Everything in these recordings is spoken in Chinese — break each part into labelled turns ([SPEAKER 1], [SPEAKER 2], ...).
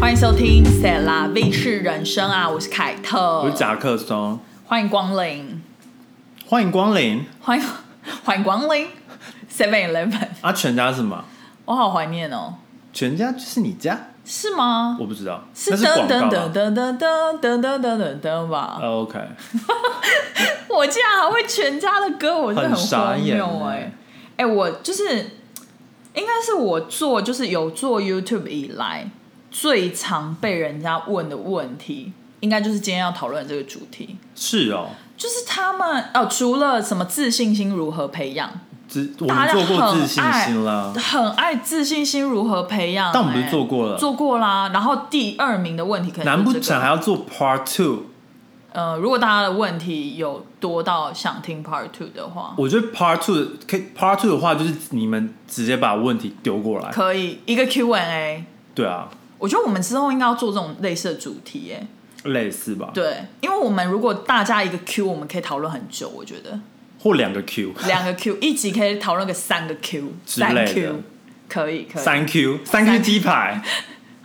[SPEAKER 1] 欢迎收听《塞拉 V 是人生》啊，我是凯特，
[SPEAKER 2] 我是夹克松，
[SPEAKER 1] 欢迎光临，
[SPEAKER 2] 欢迎光临。
[SPEAKER 1] 欢迎欢迎光临 Seven Eleven，
[SPEAKER 2] 啊，全家是什么？
[SPEAKER 1] 我好怀念哦，
[SPEAKER 2] 全家就是你家？
[SPEAKER 1] 是吗？
[SPEAKER 2] 我不知道，
[SPEAKER 1] 是
[SPEAKER 2] 那是
[SPEAKER 1] 噔
[SPEAKER 2] 广告
[SPEAKER 1] 噔
[SPEAKER 2] 吧
[SPEAKER 1] 噔。噔噔噔噔噔噔噔吧？
[SPEAKER 2] 呃 OK，
[SPEAKER 1] 我竟然还会全家的歌，我是
[SPEAKER 2] 很傻
[SPEAKER 1] 荒
[SPEAKER 2] 眼
[SPEAKER 1] 谬哎
[SPEAKER 2] 欸
[SPEAKER 1] 哎，我就是应该是我做就是有做 YouTube 以来最常被人家问的问题，应该就是今天要讨论的这个主题，
[SPEAKER 2] 是哦，
[SPEAKER 1] 就是他们哦，除了什么自信心如何培养，
[SPEAKER 2] 只我
[SPEAKER 1] 大
[SPEAKER 2] 们
[SPEAKER 1] 家
[SPEAKER 2] 做过
[SPEAKER 1] 很
[SPEAKER 2] 自信
[SPEAKER 1] 爱
[SPEAKER 2] 心啦，
[SPEAKER 1] 很爱自信心如何培养、
[SPEAKER 2] 但我们不
[SPEAKER 1] 哎
[SPEAKER 2] 是做过了
[SPEAKER 1] 做过啦。然后第二名的问题可能
[SPEAKER 2] 难
[SPEAKER 1] 是
[SPEAKER 2] 不
[SPEAKER 1] 这个
[SPEAKER 2] 成还要做 Part Two？
[SPEAKER 1] 呃，如果大家的问题有多到想听 Part Two 的话，
[SPEAKER 2] 我觉得 Part Two 可以 Part Two 的话，就是你们直接把问题丢过来。
[SPEAKER 1] 可以一个 Q&A。
[SPEAKER 2] 对啊，
[SPEAKER 1] 我觉得我们之后应该要做这种类似的主题，哎，
[SPEAKER 2] 类似吧，
[SPEAKER 1] 对，因为我们如果大家一个 Q，我们可以讨论很久，我觉得
[SPEAKER 2] 或两个 Q，
[SPEAKER 1] 两个 Q 一集可以讨论个三个 Q，
[SPEAKER 2] 之类
[SPEAKER 1] 三
[SPEAKER 2] 的
[SPEAKER 1] Q，可以可以，
[SPEAKER 2] 三 Q，三 Q 鸡排。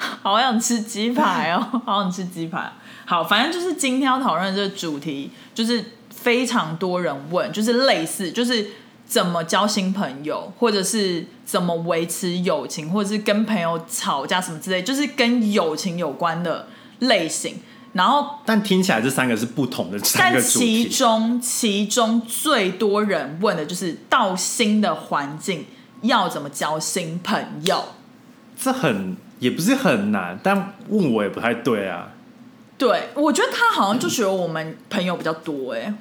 [SPEAKER 1] 好想吃鸡排哦， 好想吃鸡排。好，反正就是今天要讨论的这个主题，就是非常多人问，就是类似，就是怎么交新朋友，或者是怎么维持友情，或者是跟朋友吵架什么之类，就是跟友情有关的类型。然后
[SPEAKER 2] 但听起来这三个是不同的三
[SPEAKER 1] 但
[SPEAKER 2] 个主
[SPEAKER 1] 其
[SPEAKER 2] 题。
[SPEAKER 1] 中其中最多人问的就是到新的环境要怎么交新朋友。
[SPEAKER 2] 这很也不是很难，但问我也不太对啊。
[SPEAKER 1] 对，我觉得他好像就觉得我们朋友比较多哎、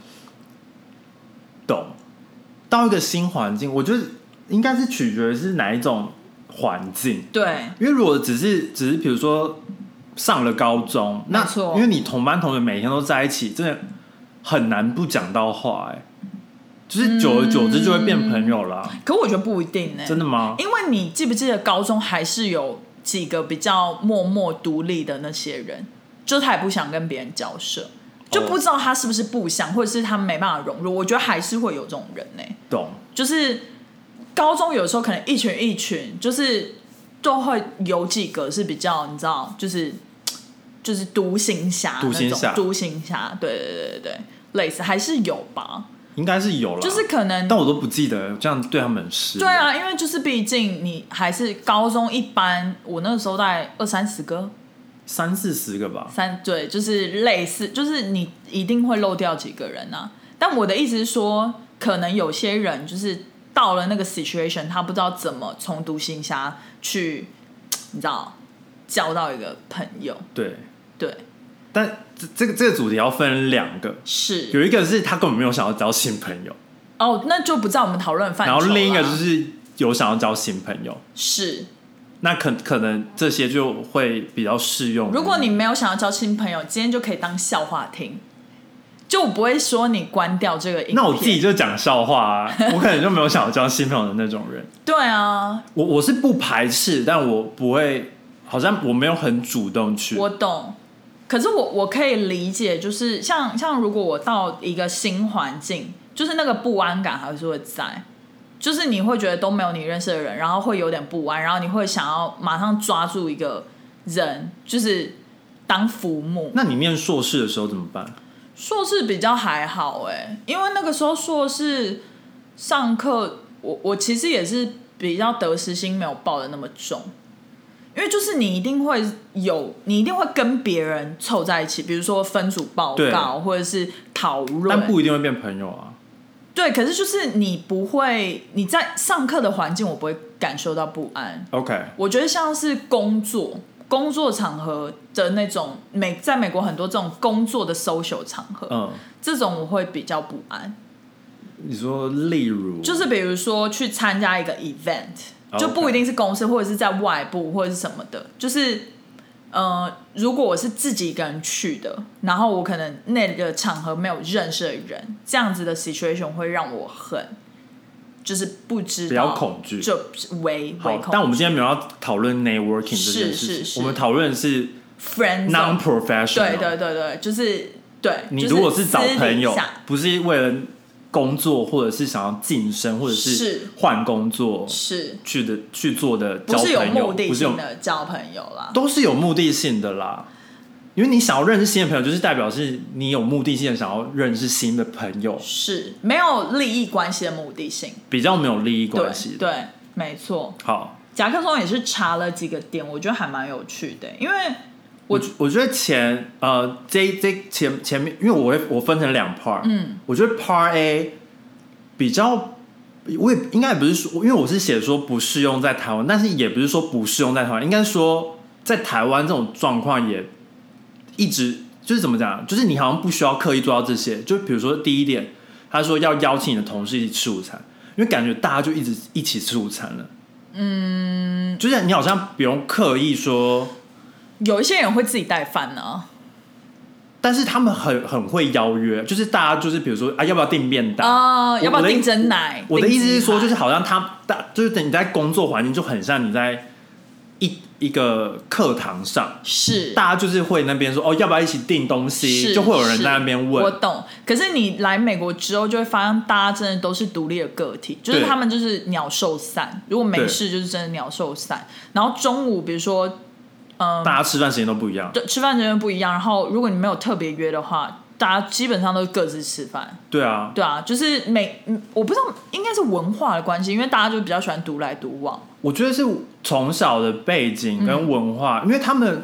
[SPEAKER 2] 懂？到一个新环境，我觉得应该是取决于是哪一种环境，
[SPEAKER 1] 对，
[SPEAKER 2] 因为如果只是只是比如说上了高中，那
[SPEAKER 1] 没错
[SPEAKER 2] 因为你同班同学每天都在一起，真的很难不讲到话、哎，就是久而久之就会变朋友啦、
[SPEAKER 1] 可我觉得不一定哎、
[SPEAKER 2] 真的吗？
[SPEAKER 1] 因为你记不记得高中还是有几个比较默默独立的那些人，就是他也不想跟别人交
[SPEAKER 2] 哦
[SPEAKER 1] 涉，就不知道他是不是不想，或者是他没办法融入。我觉得还是会有这种人呢、
[SPEAKER 2] 懂？
[SPEAKER 1] 就是高中有时候可能一群一群，就是都会有几个是比较你知道，就是就是独行侠那
[SPEAKER 2] 独行
[SPEAKER 1] 种
[SPEAKER 2] 侠
[SPEAKER 1] 独行侠，对对对对对，类似还是有吧，
[SPEAKER 2] 应该是有啦，
[SPEAKER 1] 就是可能
[SPEAKER 2] 但我都不记得，这样对他们很失礼
[SPEAKER 1] 对啊，因为就是毕竟你还是高中一般，我那时候大概二三十个，
[SPEAKER 2] 三四十个吧，
[SPEAKER 1] 三对，就是类似，就是你一定会漏掉几个人啊。但我的意思是说，可能有些人就是到了那个 situation，他不知道怎么从独行侠去，你知道，交到一个朋友。
[SPEAKER 2] 对。
[SPEAKER 1] 对，
[SPEAKER 2] 但这这个这个主题要分两个，
[SPEAKER 1] 是
[SPEAKER 2] 有一个是他根本没有想要交新朋友，
[SPEAKER 1] 哦，那就不在我们讨论范
[SPEAKER 2] 然
[SPEAKER 1] 畴
[SPEAKER 2] 后
[SPEAKER 1] 啦。
[SPEAKER 2] 另一个就是有想要交新朋友，
[SPEAKER 1] 是，
[SPEAKER 2] 那可可能这些就会比较适用。
[SPEAKER 1] 如果你没有想要交新朋友，今天就可以当笑话听，就我不会说你关掉这个影片。
[SPEAKER 2] 那我自己就讲笑话啊， 我可能就没有想要交新朋友的那种人。
[SPEAKER 1] 对啊，
[SPEAKER 2] 我我是不排斥，但我不会，好像我没有很主动去。
[SPEAKER 1] 我懂，可是我我可以理解，就是像像如果我到一个新环境，就是那个不安感还是会在，就是你会觉得都没有你认识的人，然后会有点不安，然后你会想要马上抓住一个人，就是当浮木。
[SPEAKER 2] 那你念硕士的时候怎么办？
[SPEAKER 1] 硕士比较还好哎、因为那个时候硕士上课，我我其实也是比较得失心没有抱的那么重，因为就是你一定会有，你一定会跟别人凑在一起，比如说分组报
[SPEAKER 2] 对
[SPEAKER 1] 告或者是讨
[SPEAKER 2] 但
[SPEAKER 1] 论，
[SPEAKER 2] 不一定会变朋友啊。
[SPEAKER 1] 对，可是就是你不会，你在上课的环境，我不会感受到不安，
[SPEAKER 2] OK，
[SPEAKER 1] 我觉得像是工作工作场合的那种美，在美国很多这种工作的 social 场合，
[SPEAKER 2] 嗯，
[SPEAKER 1] 这种我会比较不安。
[SPEAKER 2] 你说例如
[SPEAKER 1] 就是比如说去参加一个 event，、
[SPEAKER 2] OK
[SPEAKER 1] 就不一定是公司或者是在外部或者是什么的，就是呃，如果我是自己一个人去的，然后我可能那个场合没有认识的人，这样子的 situation 会让我很就是不知道
[SPEAKER 2] 比较恐惧
[SPEAKER 1] 就唯唯
[SPEAKER 2] 好
[SPEAKER 1] 恐，
[SPEAKER 2] 但我们今天没有要讨论 networking 这
[SPEAKER 1] 是是
[SPEAKER 2] 件事
[SPEAKER 1] 是
[SPEAKER 2] 情，我们讨论的是
[SPEAKER 1] friend
[SPEAKER 2] non professional。
[SPEAKER 1] 对对对对，就是对，
[SPEAKER 2] 你
[SPEAKER 1] 就是
[SPEAKER 2] 如果是找
[SPEAKER 1] 私底
[SPEAKER 2] 朋友
[SPEAKER 1] 下，
[SPEAKER 2] 不是为了工作，或者是想要晋升，或者
[SPEAKER 1] 是
[SPEAKER 2] 换工作
[SPEAKER 1] 是
[SPEAKER 2] 去的去做的
[SPEAKER 1] 不
[SPEAKER 2] 交
[SPEAKER 1] 是有
[SPEAKER 2] 朋友，
[SPEAKER 1] 目
[SPEAKER 2] 不是
[SPEAKER 1] 的性的交朋友啦？
[SPEAKER 2] 都是有目的性的啦。因为你想要认识新的朋友，就是代表是你有目的性的想要认识新的朋友，
[SPEAKER 1] 是没有利益关系的目的性，
[SPEAKER 2] 比较没有利益
[SPEAKER 1] 对
[SPEAKER 2] 关系的。
[SPEAKER 1] 对，没错。
[SPEAKER 2] 好，
[SPEAKER 1] 夹克松也是查了几个点，我觉得还蛮有趣的，因为
[SPEAKER 2] 我我觉得前呃这一这一前前面，因为我会我分成两 part，
[SPEAKER 1] 嗯，
[SPEAKER 2] 我觉得 Part A 比较，我也应该也不是说，因为我是写说不适用在台湾，但是也不是说不适用在台湾，应该说在台湾这种状况也一直就是怎么讲，就是你好像不需要刻意做到这些，就比如说第一点，他说要邀请你的同事一起吃午餐，因为感觉大家就一直一起吃午餐了，嗯，就是你好像不用刻意说。
[SPEAKER 1] 有一些人会自己带饭呢、
[SPEAKER 2] 但是他们很很会邀约，就是大家就是比如说啊，要不要订便当
[SPEAKER 1] 啊、
[SPEAKER 2] 我
[SPEAKER 1] 要不要
[SPEAKER 2] 我的意
[SPEAKER 1] 订蒸奶？
[SPEAKER 2] 我的意思是说，
[SPEAKER 1] 订鸡
[SPEAKER 2] 就是好像他大，就是等你在工作环境就很像你在一一个课堂上，
[SPEAKER 1] 排是
[SPEAKER 2] 大家就是会那边说哦，要不要一起订东西，
[SPEAKER 1] 是
[SPEAKER 2] 就会有人在那边
[SPEAKER 1] 是我
[SPEAKER 2] 问。
[SPEAKER 1] 懂。可是你来美国之后，就会发现大家真的都是独立的个体，就是
[SPEAKER 2] 对
[SPEAKER 1] 他们就是鸟兽散。如果没
[SPEAKER 2] 对
[SPEAKER 1] 事，就是真的鸟兽散。然后中午，比如说，嗯、
[SPEAKER 2] 大家吃饭时间都不一样，
[SPEAKER 1] 对，吃饭时间不一样。然后如果你没有特别约的话，大家基本上都是各自吃饭。
[SPEAKER 2] 对啊，
[SPEAKER 1] 对啊，就是每嗯我不知道，应该是文化的关系，因为大家就比较喜欢独来独往。
[SPEAKER 2] 我觉得是从小的背景
[SPEAKER 1] 嗯
[SPEAKER 2] 跟文化，因为他们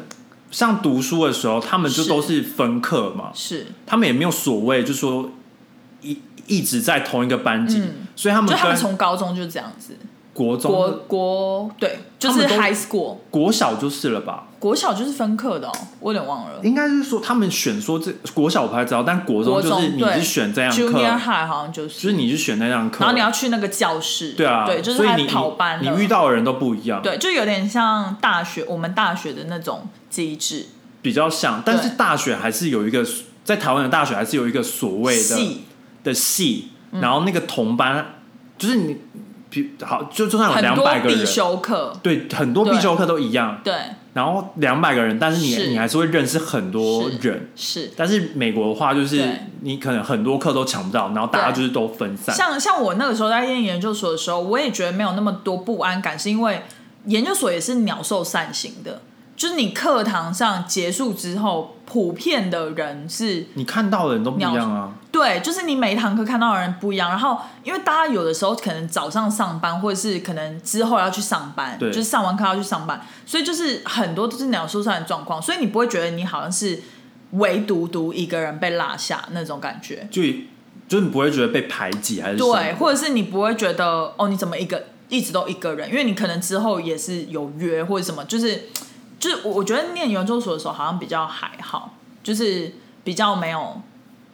[SPEAKER 2] 像读书的时候，他们就是都是分课嘛，
[SPEAKER 1] 是，
[SPEAKER 2] 他们也没有所谓，就说一一直在同一个班级，
[SPEAKER 1] 嗯
[SPEAKER 2] 所以他们
[SPEAKER 1] 就他们
[SPEAKER 2] 跟
[SPEAKER 1] 从高中就这样子，
[SPEAKER 2] 国中
[SPEAKER 1] 国国对，就
[SPEAKER 2] 他
[SPEAKER 1] 是
[SPEAKER 2] 们都
[SPEAKER 1] high school，
[SPEAKER 2] 国小就是了吧。
[SPEAKER 1] 国小就是分课的、哦，我有点忘了。
[SPEAKER 2] 应该是说他们选说这国小我不太知道，但国
[SPEAKER 1] 国
[SPEAKER 2] 中就是
[SPEAKER 1] 中
[SPEAKER 2] 你
[SPEAKER 1] 对
[SPEAKER 2] 是选这样
[SPEAKER 1] Junior
[SPEAKER 2] 课，
[SPEAKER 1] High 好像就，
[SPEAKER 2] 就是是你是选那样课，
[SPEAKER 1] 然后你要去那个教室，
[SPEAKER 2] 对啊，
[SPEAKER 1] 对，就是
[SPEAKER 2] 所以
[SPEAKER 1] 他
[SPEAKER 2] 你
[SPEAKER 1] 跑班
[SPEAKER 2] 你
[SPEAKER 1] 了
[SPEAKER 2] 你遇到的人都不一样，，
[SPEAKER 1] 对，就有点像大学我们大学的那种机制，
[SPEAKER 2] 比较像，但是
[SPEAKER 1] 对
[SPEAKER 2] 大学还是有一个在台湾的大学还是有一个所谓的
[SPEAKER 1] 系嗯
[SPEAKER 2] 的系，然后那个同班就是你，比好就就算有
[SPEAKER 1] 很
[SPEAKER 2] 两
[SPEAKER 1] 多
[SPEAKER 2] 百个
[SPEAKER 1] 必
[SPEAKER 2] 人，
[SPEAKER 1] 修课，
[SPEAKER 2] 对，很多必
[SPEAKER 1] 对
[SPEAKER 2] 修课都一样，
[SPEAKER 1] 对，
[SPEAKER 2] 然后两百个人，但是你
[SPEAKER 1] 是
[SPEAKER 2] 你还是会认识很多
[SPEAKER 1] 是
[SPEAKER 2] 人。
[SPEAKER 1] 是。
[SPEAKER 2] 但是美国的话，就是
[SPEAKER 1] 对
[SPEAKER 2] 你可能很多课都抢不到，然后大家
[SPEAKER 1] 对
[SPEAKER 2] 就是都分散。
[SPEAKER 1] 像像我那个时候在念研究所的时候，我也觉得没有那么多不安感，是因为研究所也是鸟兽散型的，就是你课堂上结束之后，普遍的人是
[SPEAKER 2] 你看到的人都不一样啊，
[SPEAKER 1] 对，就是你每一堂课看到的人不一样，然后因为大家有的时候可能早上上班，或者是可能之后要去上班，
[SPEAKER 2] 对
[SPEAKER 1] 就是上完课要去上班，所以就是很多都是鸟兽散的状况，所以你不会觉得你好像是唯独独一个人被落下那种感觉，
[SPEAKER 2] 就就是你不会觉得被排挤还是什么
[SPEAKER 1] 对，或者是你不会觉得哦你怎么一个一直都一个人，因为你可能之后也是有约或者什么，就是就是我我觉得念研究所的时候好像比较还好，就是比较没有。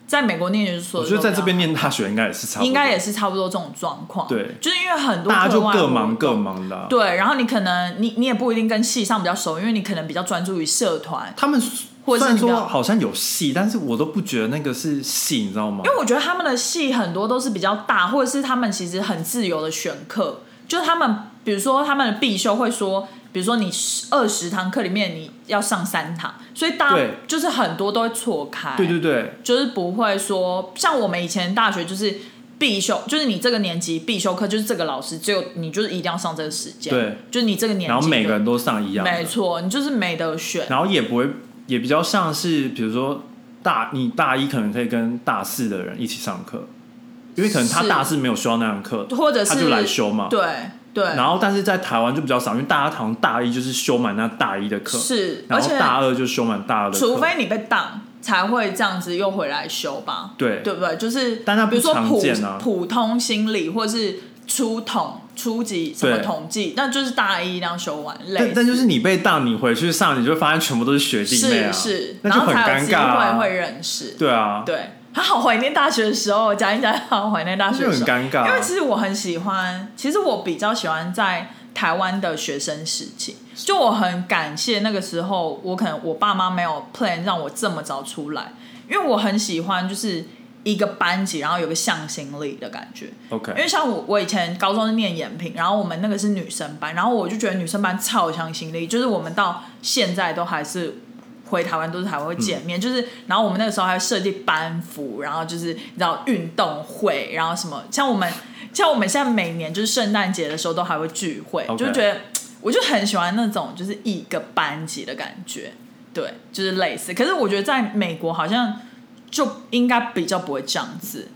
[SPEAKER 1] 在美国念研究所
[SPEAKER 2] 我
[SPEAKER 1] 的
[SPEAKER 2] 觉
[SPEAKER 1] 时
[SPEAKER 2] 得
[SPEAKER 1] 候比较还好，
[SPEAKER 2] 在这边念大学应该也是差不多，
[SPEAKER 1] 应该也是差不多这种状况。
[SPEAKER 2] 对
[SPEAKER 1] 就是因为很多
[SPEAKER 2] 大家
[SPEAKER 1] 课
[SPEAKER 2] 就
[SPEAKER 1] 外
[SPEAKER 2] 各
[SPEAKER 1] 活
[SPEAKER 2] 忙
[SPEAKER 1] 动
[SPEAKER 2] 各。忙的啊、
[SPEAKER 1] 对，然后你可能你你也不一定跟系上比较熟，因为你可能比较专注于社团，
[SPEAKER 2] 他们
[SPEAKER 1] 或
[SPEAKER 2] 虽
[SPEAKER 1] 者是
[SPEAKER 2] 然
[SPEAKER 1] 你的
[SPEAKER 2] 说好像有戏，但是我都不觉得那个是戏，你知道吗
[SPEAKER 1] 因？为我觉得他们的系很多都是比较大，或者是他们其实很自由的选课，就是他们比如说他们的必修会说，比如说你二十堂课里面你要上三堂，所以大家
[SPEAKER 2] 对
[SPEAKER 1] 就是很多都会错开。
[SPEAKER 2] 对对对，
[SPEAKER 1] 就是不会说像我们以前大学就是必修，就是你这个年级必修课就是这个老师，只有你就是一定要上这个时间，
[SPEAKER 2] 对，
[SPEAKER 1] 就是你这个年级就，
[SPEAKER 2] 然后每个人都上一样的，
[SPEAKER 1] 没错，你就是没得选，
[SPEAKER 2] 然后也不会也比较像是比如说大你大一可能可以跟大四的人一起上课，因为可能他
[SPEAKER 1] 是
[SPEAKER 2] 大四没有修到那堂课，
[SPEAKER 1] 或者是
[SPEAKER 2] 他就来修嘛。
[SPEAKER 1] 对对，
[SPEAKER 2] 然后但是在台湾就比较少，因为大家好像大一就是修满那大一的课，
[SPEAKER 1] 是，
[SPEAKER 2] 然
[SPEAKER 1] 而
[SPEAKER 2] 后
[SPEAKER 1] 且
[SPEAKER 2] 大二就修满大二的课，
[SPEAKER 1] 除非你被当才会这样子又回来修吧，
[SPEAKER 2] 对
[SPEAKER 1] 对不对？就是
[SPEAKER 2] 但它不
[SPEAKER 1] 比如说
[SPEAKER 2] 常
[SPEAKER 1] 普
[SPEAKER 2] 见啊
[SPEAKER 1] 普通心理或者是初统初级什么
[SPEAKER 2] 对
[SPEAKER 1] 统计，那就是大一那样修完，累
[SPEAKER 2] 但但就是你被当，你回去上，你就会发现全部都是学弟妹啊，
[SPEAKER 1] 是是，
[SPEAKER 2] 那
[SPEAKER 1] 然
[SPEAKER 2] 就
[SPEAKER 1] 后
[SPEAKER 2] 很
[SPEAKER 1] 才
[SPEAKER 2] 尴
[SPEAKER 1] 有机
[SPEAKER 2] 尬、啊
[SPEAKER 1] 会，会认识。
[SPEAKER 2] 对啊，
[SPEAKER 1] 对，他好怀念大学的时候，讲一讲好怀念大学
[SPEAKER 2] 就
[SPEAKER 1] 的
[SPEAKER 2] 很
[SPEAKER 1] 时候，
[SPEAKER 2] 尴尬、啊
[SPEAKER 1] 因为其实我很喜欢，其实我比较喜欢在台湾的学生时期，就我很感谢那个时候，我可能我爸妈没有 plan 让我这么早出来，因为我很喜欢就是一个班级，然后有个向心力的感觉，因
[SPEAKER 2] OK，
[SPEAKER 1] 为像我，我以前高中是念延平，然后我们那个是女生班，然后我就觉得女生班超有向心力，就是我们到现在都还是回台湾都是还会见
[SPEAKER 2] 嗯
[SPEAKER 1] 面，就是然后我们那个时候还设计班服，然后就是你知道运动会，然后什么像我们像我们现在每年就是圣诞节的时候都还会聚会
[SPEAKER 2] OK
[SPEAKER 1] 就觉得我就很喜欢那种就是一个班级的感觉，对，就是类似。可是我觉得在美国好像就应该比较不会这样子，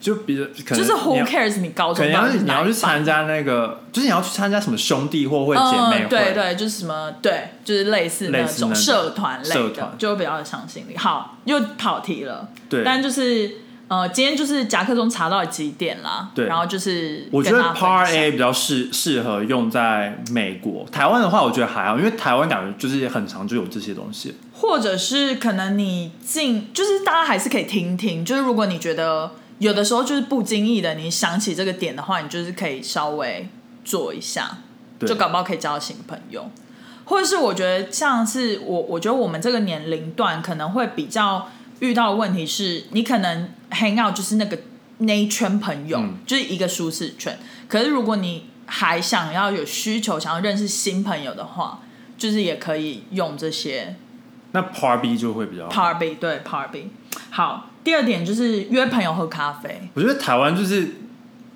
[SPEAKER 2] 就比如可能
[SPEAKER 1] 就是
[SPEAKER 2] 你
[SPEAKER 1] who
[SPEAKER 2] 要
[SPEAKER 1] cares 你高
[SPEAKER 2] 可
[SPEAKER 1] 中
[SPEAKER 2] 能
[SPEAKER 1] 到
[SPEAKER 2] 要
[SPEAKER 1] 底
[SPEAKER 2] 是
[SPEAKER 1] 是
[SPEAKER 2] 你
[SPEAKER 1] 哦哪
[SPEAKER 2] 要
[SPEAKER 1] 一
[SPEAKER 2] 去
[SPEAKER 1] 班
[SPEAKER 2] 参加那个，就是你要去参加什么兄弟或会姐妹会，
[SPEAKER 1] 嗯、对对，就是什么对，就是类似那
[SPEAKER 2] 类似那
[SPEAKER 1] 种
[SPEAKER 2] 种
[SPEAKER 1] 社团类
[SPEAKER 2] 社
[SPEAKER 1] 的
[SPEAKER 2] 团，
[SPEAKER 1] 就会比较有向心力。好，又跑题了。
[SPEAKER 2] 对
[SPEAKER 1] 但就是呃，今天就是夹克中查到了几点啦。
[SPEAKER 2] 对
[SPEAKER 1] 然后就是
[SPEAKER 2] 我觉得
[SPEAKER 1] 跟大家分
[SPEAKER 2] Par
[SPEAKER 1] 享
[SPEAKER 2] A 比较适适合用在美国，台湾的话我觉得还好，因为台湾感觉就是很常就有这些东西。
[SPEAKER 1] 或者是可能你进，就是大家还是可以听听，就是如果你觉得有的时候就是不经意的你想起这个点的话，你就是可以稍微做一下，
[SPEAKER 2] 对
[SPEAKER 1] 就搞不好可以交到新朋友。或者是我觉得像是我，我觉得我们这个年龄段可能会比较遇到的问题是，你可能 hang out 就是那个那一圈朋友，
[SPEAKER 2] 嗯
[SPEAKER 1] 就是一个舒适圈。可是如果你还想要有需求，想要认识新朋友的话，就是也可以用这些
[SPEAKER 2] 那 Par B 就会比较好。
[SPEAKER 1] Par B 对 Par B。好，第二点就是约朋友喝咖啡、
[SPEAKER 2] 我觉得台湾就是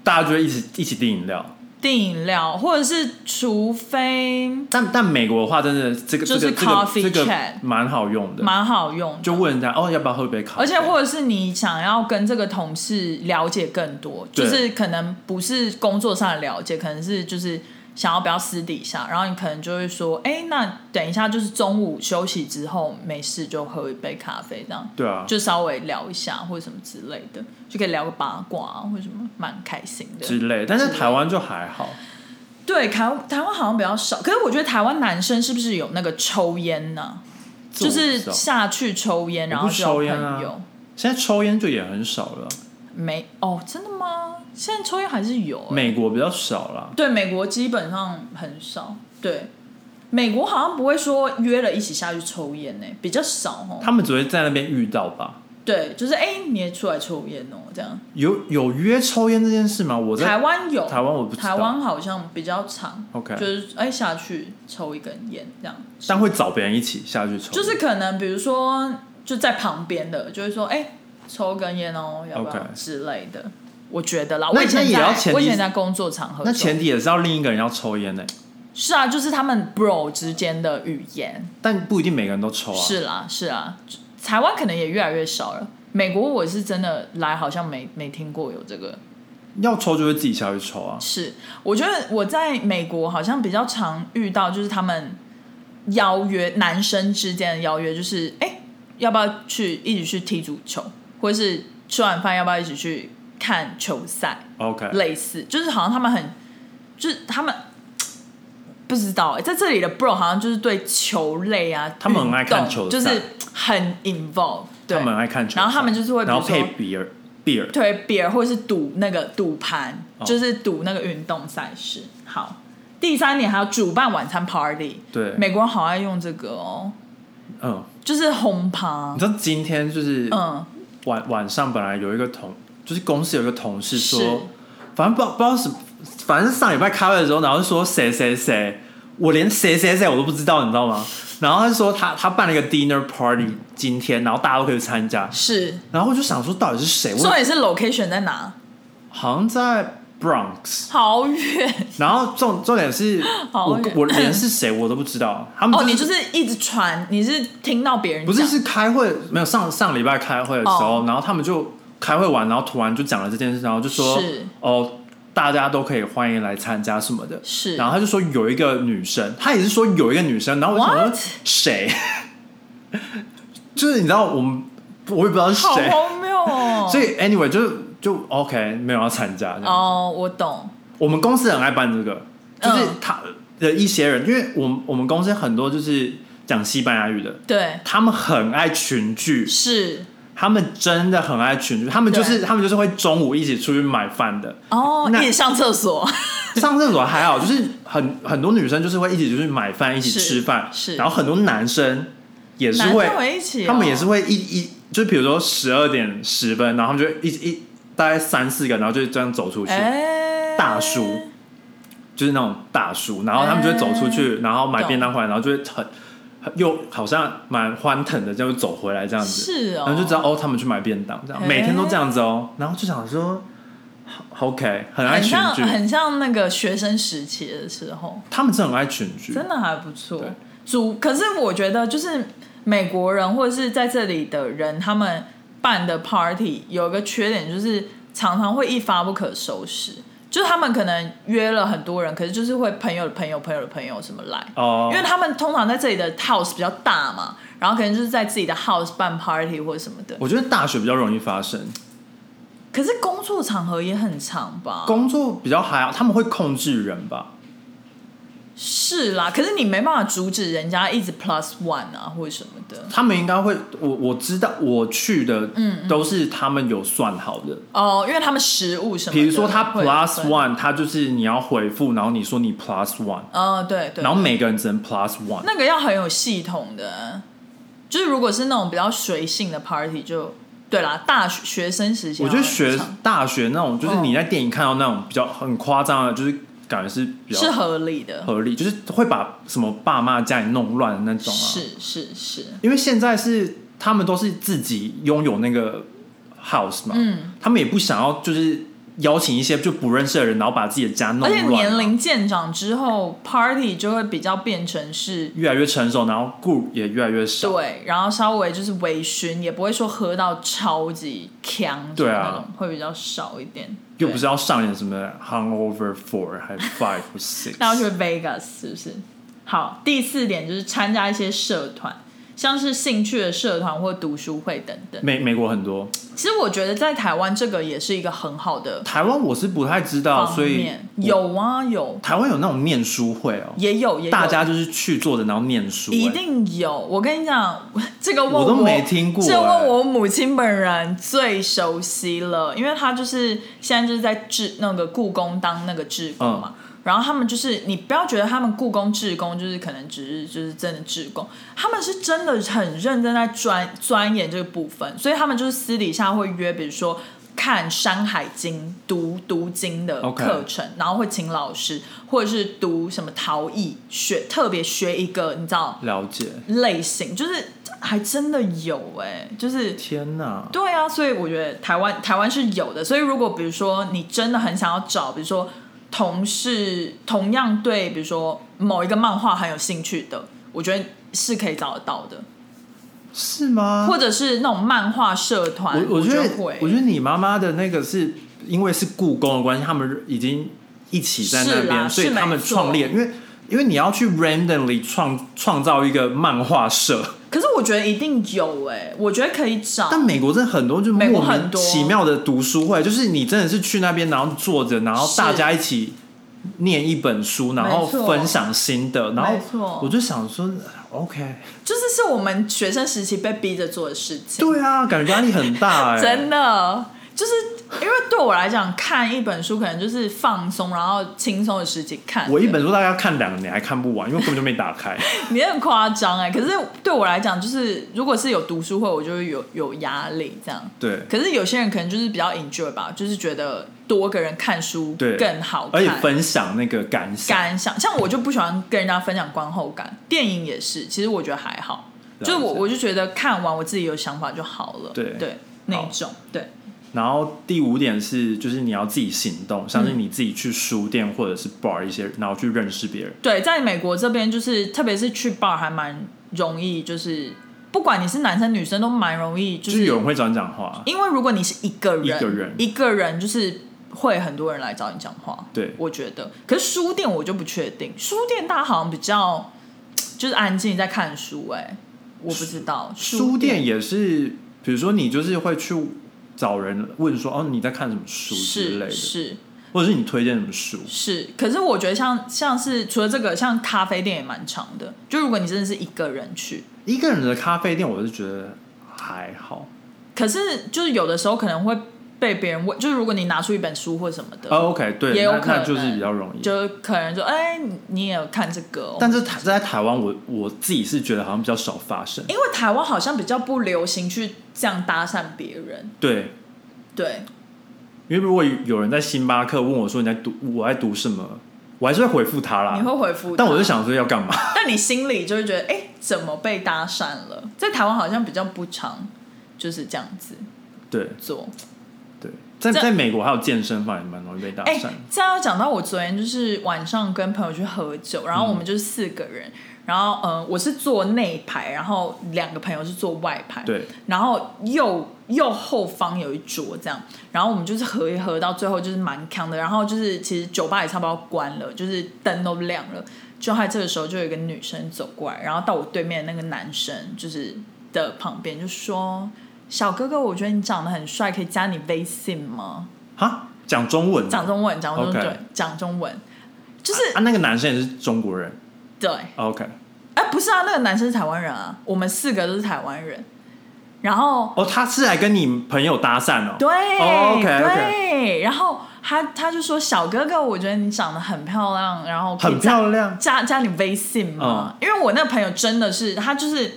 [SPEAKER 2] 大家就会一起一起订饮料，
[SPEAKER 1] 订饮料，或者是除非
[SPEAKER 2] 但但美国的话真的这个
[SPEAKER 1] 就
[SPEAKER 2] 这
[SPEAKER 1] 是
[SPEAKER 2] 个这个
[SPEAKER 1] coffee
[SPEAKER 2] 这个
[SPEAKER 1] chat
[SPEAKER 2] 蛮好用的，
[SPEAKER 1] 蛮好用的。
[SPEAKER 2] 就问人家哦要不要喝杯咖啡，
[SPEAKER 1] 而且或者是你想要跟这个同事了解更多，就
[SPEAKER 2] 对
[SPEAKER 1] 是可能不是工作上的了解，可能是就是想要不要私底下，然后你可能就会说，哎、那等一下就是中午休息之后没事就喝一杯咖啡这样。
[SPEAKER 2] 对啊，
[SPEAKER 1] 就稍微聊一下或者什么之类的，就可以聊个八卦啊，或者什么，蛮开心的
[SPEAKER 2] 之类，但是台湾就还好，
[SPEAKER 1] 对，台湾台湾好像比较少，可是我觉得台湾男生是不是有那个抽烟呢、
[SPEAKER 2] 这
[SPEAKER 1] 就
[SPEAKER 2] 我不
[SPEAKER 1] 是
[SPEAKER 2] 知道
[SPEAKER 1] 下去抽烟，然
[SPEAKER 2] 我
[SPEAKER 1] 后
[SPEAKER 2] 不
[SPEAKER 1] 交
[SPEAKER 2] 抽
[SPEAKER 1] 朋
[SPEAKER 2] 烟啊
[SPEAKER 1] 友。
[SPEAKER 2] 现在抽烟就也很少了，
[SPEAKER 1] 没哦，真的吗？现在抽烟还是有、欸
[SPEAKER 2] 美国比较少了，
[SPEAKER 1] 对美国基本上很少。对，美国好像不会说约了一起下去抽烟呢、比较少哦。
[SPEAKER 2] 他们只会在那边遇到吧？
[SPEAKER 1] 对，就是哎、你也出来抽烟哦，这样。
[SPEAKER 2] 有有约抽烟这件事吗？我在
[SPEAKER 1] 台湾有，
[SPEAKER 2] 台湾我不知道
[SPEAKER 1] 台湾好像比较常
[SPEAKER 2] OK
[SPEAKER 1] 就是哎、下去抽一根烟这样。
[SPEAKER 2] 但会找别人一起下去抽，
[SPEAKER 1] 就是可能比如说就在旁边的，就会说哎、抽根烟哦，要不要
[SPEAKER 2] OK
[SPEAKER 1] 之类的。我觉得啦，
[SPEAKER 2] 那
[SPEAKER 1] 我以前
[SPEAKER 2] 那也要
[SPEAKER 1] 在
[SPEAKER 2] 前提
[SPEAKER 1] 我以前在工作场合
[SPEAKER 2] 那
[SPEAKER 1] 中，
[SPEAKER 2] 前提也是要另一个人要抽烟欸呢、
[SPEAKER 1] 是啊，就是他们 bro 之间的语言，
[SPEAKER 2] 但不一定每个人都抽啊。
[SPEAKER 1] 是啦是啊，台湾可能也越来越少了。美国我是真的来好像没没听过有这个，
[SPEAKER 2] 要抽就会自己下去抽啊。
[SPEAKER 1] 是我觉得我在美国好像比较常遇到，就是他们邀约男生之间的邀约，就是哎、诶要不要去一起去踢足球，或者是吃完饭要不要一起去看球赛，
[SPEAKER 2] OK，
[SPEAKER 1] 类似，就是好像他们很，就是他们不知道、哎诶在这里的 bro 好像就是对球类啊，
[SPEAKER 2] 他们很爱看
[SPEAKER 1] 运动
[SPEAKER 2] 球赛
[SPEAKER 1] 就是很 involve，对
[SPEAKER 2] 他们很爱看球赛，
[SPEAKER 1] 然后他们就是会比如
[SPEAKER 2] 然
[SPEAKER 1] 说
[SPEAKER 2] 后配比尔比尔，
[SPEAKER 1] 推 beer 或者是赌那个赌盘，
[SPEAKER 2] 哦
[SPEAKER 1] 就是赌那个运动赛事。好，第三点还有主办晚餐 party，
[SPEAKER 2] 对
[SPEAKER 1] 美国人好爱用这个哦，
[SPEAKER 2] 嗯，
[SPEAKER 1] 就是轰趴
[SPEAKER 2] 你，知道今天就是
[SPEAKER 1] 嗯，
[SPEAKER 2] 晚晚上本来有一个同，就是公司有一个同事
[SPEAKER 1] 是
[SPEAKER 2] 说，反正不知道不知道什么，反正上礼拜开会的时候，然后就说谁谁谁，我连谁谁谁我都不知道，你知道吗？然后他就说他他办了一个 dinner party
[SPEAKER 1] 嗯
[SPEAKER 2] 今天，然后大家都可以参加，
[SPEAKER 1] 是，
[SPEAKER 2] 然后我就想说到底是谁？
[SPEAKER 1] 重
[SPEAKER 2] 我
[SPEAKER 1] 点是 location 在哪？
[SPEAKER 2] 好像在 Bronx，
[SPEAKER 1] 好远
[SPEAKER 2] 然后重重点是
[SPEAKER 1] 好
[SPEAKER 2] 我
[SPEAKER 1] 远
[SPEAKER 2] 我连是谁我都不知道，他们
[SPEAKER 1] 哦，你
[SPEAKER 2] 是
[SPEAKER 1] 就是一直传，你是听到别人
[SPEAKER 2] 不是
[SPEAKER 1] 讲
[SPEAKER 2] 是开会没有上上礼拜开会的时候，
[SPEAKER 1] 哦
[SPEAKER 2] 然后他们就开会完，然后突然就讲了这件事，然后就说
[SPEAKER 1] 是
[SPEAKER 2] 哦，大家都可以欢迎来参加什么的。
[SPEAKER 1] 是
[SPEAKER 2] 然后他就说有一个女生，他也是说有一个女生，然后我就想
[SPEAKER 1] What？
[SPEAKER 2] 说谁， 就是你知道我们我也不知道是
[SPEAKER 1] 好
[SPEAKER 2] 谁，
[SPEAKER 1] 荒谬哦。
[SPEAKER 2] 所以 anyway 就是就 OK 没有要参加这样。
[SPEAKER 1] 哦，我懂，
[SPEAKER 2] 我们公司很爱办这个，就是
[SPEAKER 1] 嗯
[SPEAKER 2] 他的一些人，因为我们我们公司很多就是讲西班牙语的，
[SPEAKER 1] 对，
[SPEAKER 2] 他们很爱群聚，
[SPEAKER 1] 是
[SPEAKER 2] 他们真的很爱群聚，他们就是
[SPEAKER 1] 对
[SPEAKER 2] 他们就是会中午一起出去买饭的，
[SPEAKER 1] 哦，一
[SPEAKER 2] 那
[SPEAKER 1] 起上厕所，
[SPEAKER 2] 上厕所还好，就是很很多女生就是会一起出去买饭，一起
[SPEAKER 1] 是
[SPEAKER 2] 吃饭，
[SPEAKER 1] 是
[SPEAKER 2] 然后很多男生也是
[SPEAKER 1] 男
[SPEAKER 2] 会
[SPEAKER 1] 生，会一起哦，
[SPEAKER 2] 他们也是会一一就比如说十二点十分，然后他们就一一大概三四个，然后就这样走出去，
[SPEAKER 1] 哎，
[SPEAKER 2] 大叔
[SPEAKER 1] 哎
[SPEAKER 2] 就是那种大叔，然后他们就会走出去，然后买便当回来，然后就会很又好像蛮欢腾的，这样就走回来这样子，
[SPEAKER 1] 是哦，
[SPEAKER 2] 然后就知道哦，他们去买便当，这样
[SPEAKER 1] 嘿
[SPEAKER 2] 每天都这样子哦，然后就想说好，OK，很爱
[SPEAKER 1] 很
[SPEAKER 2] 群
[SPEAKER 1] 像
[SPEAKER 2] 聚，
[SPEAKER 1] 很像那个学生时期的时候，
[SPEAKER 2] 他们真的很爱群聚，
[SPEAKER 1] 真的还不错
[SPEAKER 2] 嗯对。
[SPEAKER 1] 主可是我觉得就是美国人或者是在这里的人，他们办的 party 有一个缺点就是常常会一发不可收拾，就是他们可能约了很多人，可是就是会朋友的朋友朋友的朋友什么来，
[SPEAKER 2] 哦
[SPEAKER 1] 因，为他们通常在这里的 house 比较大嘛，然后可能就是在自己的 house 办 party 或者什么的。
[SPEAKER 2] 我觉得大学比较容易发生，
[SPEAKER 1] 可是工作场合也很长吧？
[SPEAKER 2] 工作比较还好，他们会控制人吧？
[SPEAKER 1] 是啦，可是你没办法阻止人家一直 plus one 啊，或者什么的。
[SPEAKER 2] 他们应该会，我我知道我去的，嗯，都是他们有算好的。
[SPEAKER 1] 哦，因为他们食物什么的会有分，
[SPEAKER 2] 比如说他 plus one，他就是你要回复，然后你说你 plus one，
[SPEAKER 1] 哦，对对，
[SPEAKER 2] 然后每个人只能 plus one。
[SPEAKER 1] 那个要很有系统的，就是如果是那种比较随性的 party，就对啦，大学学生时期
[SPEAKER 2] 我
[SPEAKER 1] 好像
[SPEAKER 2] 觉得
[SPEAKER 1] 很常，
[SPEAKER 2] 学大学那种，就是
[SPEAKER 1] 嗯
[SPEAKER 2] 你在电影看到那种比较很夸张的，就是感觉是比
[SPEAKER 1] 是
[SPEAKER 2] 较
[SPEAKER 1] 合理的，
[SPEAKER 2] 合理，就是会把什么爸妈家里弄乱的那种啊。，
[SPEAKER 1] 是是是，
[SPEAKER 2] 因为现在是他们都是自己拥有那个 house 嘛，
[SPEAKER 1] 嗯，
[SPEAKER 2] 他们也不想要就是邀请一些就不认识的人，然后把自己的家弄
[SPEAKER 1] 而
[SPEAKER 2] 乱
[SPEAKER 1] 且
[SPEAKER 2] 啊。
[SPEAKER 1] 年龄渐长之后，party 就会比较变成是。
[SPEAKER 2] 越来越成熟，然后顾也越来越少。
[SPEAKER 1] 对，然后稍微就是微醺，也不会说喝到超级强，
[SPEAKER 2] 对啊
[SPEAKER 1] 那种会比较少一点。
[SPEAKER 2] 又
[SPEAKER 1] 对
[SPEAKER 2] 不是要上演什么 Hangover Four 还 Five 或 Six，
[SPEAKER 1] 那要去 Vegas 是不是？好，第四点就是参加一些社团，像是兴趣的社团或读书会等等。
[SPEAKER 2] 美美国很多，
[SPEAKER 1] 其实我觉得在台湾这个也是一个很好的
[SPEAKER 2] 台湾我是不太知道，
[SPEAKER 1] 方
[SPEAKER 2] 所以
[SPEAKER 1] 面，有啊有，
[SPEAKER 2] 台湾有那种念书会哦，
[SPEAKER 1] 也有也有
[SPEAKER 2] 大家就是去坐着然后念书、
[SPEAKER 1] 一
[SPEAKER 2] 哎
[SPEAKER 1] 定有。我跟你讲，这个问
[SPEAKER 2] 我都没听过
[SPEAKER 1] 这
[SPEAKER 2] 哎
[SPEAKER 1] 问我母亲本人最熟悉了，因为她就是现在就是在志那个故宫当那个志工嘛。
[SPEAKER 2] 嗯
[SPEAKER 1] 然后他们就是，你不要觉得他们故宫志工就是可能只是就是真的志工，他们是真的很认真在钻钻研这个部分，所以他们就是私底下会约，比如说看《山海经》读读经的
[SPEAKER 2] OK
[SPEAKER 1] 课程然后会请老师，或者是读什么陶艺，学特别学一个你知道
[SPEAKER 2] 哎了解。
[SPEAKER 1] 类型，就是还真的有哎、就是
[SPEAKER 2] 天哪，
[SPEAKER 1] 对啊，所以我觉得台湾台湾是有的。所以如果比如说你真的很想要找，比如说同事同样对，比如说某一个漫画很有兴趣的，我觉得是可以找得到的，
[SPEAKER 2] 是吗？
[SPEAKER 1] 或者是那种漫画社团，
[SPEAKER 2] 啊我我觉得
[SPEAKER 1] 就会，
[SPEAKER 2] 我觉得你妈妈的那个是因为是故宫的关系，他们已经一起在那
[SPEAKER 1] 是啦
[SPEAKER 2] 边，所以
[SPEAKER 1] 是没
[SPEAKER 2] 他们
[SPEAKER 1] 错
[SPEAKER 2] 创立，因为因为你要去 randomly 创创造一个漫画社，
[SPEAKER 1] 可是我觉得一定有哎、我觉得可以找。
[SPEAKER 2] 但美国真的很多就
[SPEAKER 1] 美国
[SPEAKER 2] 莫
[SPEAKER 1] 很
[SPEAKER 2] 名
[SPEAKER 1] 多
[SPEAKER 2] 其妙的读书会，就是你真的是去那边，然后坐着，然后
[SPEAKER 1] 是
[SPEAKER 2] 大家一起念一本书，然后
[SPEAKER 1] 没错
[SPEAKER 2] 分享心得，然
[SPEAKER 1] 没错
[SPEAKER 2] 后我就想说，OK，
[SPEAKER 1] 就是是我们学生时期被逼着做的事情，
[SPEAKER 2] 对啊，感觉压力很大 哎、
[SPEAKER 1] 真的就是因为对我来讲，看一本书可能就是放松，然后轻松的时期看。
[SPEAKER 2] 我一本书大概要看两年还看不完，因为根本就没打开。
[SPEAKER 1] 你很夸张哎，可是对我来讲，就是如果是有读书会，我就会有有压力这样。
[SPEAKER 2] 对，
[SPEAKER 1] 可是有些人可能就是比较 enjoy 吧，就是觉得多个人看书
[SPEAKER 2] 对
[SPEAKER 1] 更好看，
[SPEAKER 2] 而且分享那个感想。
[SPEAKER 1] 感想。像我就不喜欢跟人家分享观后感，电影也是，其实我觉得还好，
[SPEAKER 2] 了解
[SPEAKER 1] 就是我我就觉得看完我自己有想法就好了，
[SPEAKER 2] 对
[SPEAKER 1] 对，那种对。
[SPEAKER 2] 然后第五点是，就是你要自己行动，像
[SPEAKER 1] 嗯
[SPEAKER 2] 是你自己去书店或者是 bar 一些，然后去认识别人。
[SPEAKER 1] 对，在美国这边就是，特别是去 bar 还蛮容易，就是不管你是男生女生都蛮容易，就
[SPEAKER 2] 就是是有人会找你讲话，
[SPEAKER 1] 因为如果你是一个人，
[SPEAKER 2] 一个人
[SPEAKER 1] 一个人就是会很多人来找你讲话。
[SPEAKER 2] 对
[SPEAKER 1] 我觉得，可是书店我就不确定，书店大家好像比较就是安静在看书、哎，我不知道
[SPEAKER 2] 书店也是，比如说你就是会去找人问说，哦，你在看什么书之
[SPEAKER 1] 是
[SPEAKER 2] 类的，
[SPEAKER 1] 是
[SPEAKER 2] 或者是你推荐什么书。
[SPEAKER 1] 是，可是我觉得像像是除了这个，像咖啡店也蛮长的，就如果你真的是一个人去，
[SPEAKER 2] 一个人的咖啡店，我是觉得还好。
[SPEAKER 1] 可是就是有的时候可能会被别人问，就是如果你拿出一本书或什么的，
[SPEAKER 2] 哦，OK，对，
[SPEAKER 1] 也有
[SPEAKER 2] 那
[SPEAKER 1] 可
[SPEAKER 2] 那
[SPEAKER 1] 能
[SPEAKER 2] 就是比较容易。
[SPEAKER 1] 就可能就哎、你也有看这个、哦，
[SPEAKER 2] 但是台在台湾，我我自己是觉得好像比较少发生。
[SPEAKER 1] 因为台湾好像比较不流行去这样搭讪别人，
[SPEAKER 2] 对，
[SPEAKER 1] 对，
[SPEAKER 2] 因为如果有人在星巴克问我说你在读我在读什么，我还是会回复他
[SPEAKER 1] 你
[SPEAKER 2] 啦。
[SPEAKER 1] 会回复，
[SPEAKER 2] 啊但我就，想说要干嘛？
[SPEAKER 1] 但你心里就会觉得，哎、怎么被搭讪了，在台湾好像比较不常就是这样子
[SPEAKER 2] 对
[SPEAKER 1] 做。
[SPEAKER 2] 对，在
[SPEAKER 1] 这
[SPEAKER 2] 在美国还有健身房也蛮容易被搭
[SPEAKER 1] 哎、
[SPEAKER 2] 讪的，
[SPEAKER 1] 这样要讲到我昨天就是晚上跟朋友去喝酒，然后
[SPEAKER 2] 嗯
[SPEAKER 1] 我们就是四个人，然后呃我是坐内排，然后两个朋友是坐外排，
[SPEAKER 2] 对，
[SPEAKER 1] 然后右右后方有一桌这样，然后我们就是喝一喝到最后就是蛮康的，然后就是其实酒吧也差不多要关了，就是灯都亮了，就在这个时候就有一个女生走过来，然后到我对面的那个男生就是的旁边就说。小哥哥，我觉得你长得很帅，可以加你微信吗？
[SPEAKER 2] 哈，讲中文的，
[SPEAKER 1] 讲中文，讲中文，
[SPEAKER 2] OK
[SPEAKER 1] 对，讲中文， 就是、
[SPEAKER 2] 啊，那个男生也是中国人
[SPEAKER 1] 对，
[SPEAKER 2] ，OK，
[SPEAKER 1] 哎、不是啊，那个男生是台湾人啊，我们四个都是台湾人，然后
[SPEAKER 2] 哦，他是来跟你朋友搭讪哦，
[SPEAKER 1] 对、啊
[SPEAKER 2] 哦，OK，OK，
[SPEAKER 1] 对，然后他他就说小哥哥，我觉得你长得很漂亮，然后可以
[SPEAKER 2] 很
[SPEAKER 1] 加
[SPEAKER 2] 漂嗯亮，
[SPEAKER 1] 加加你微信吗？因为我那个朋友真的是他就是。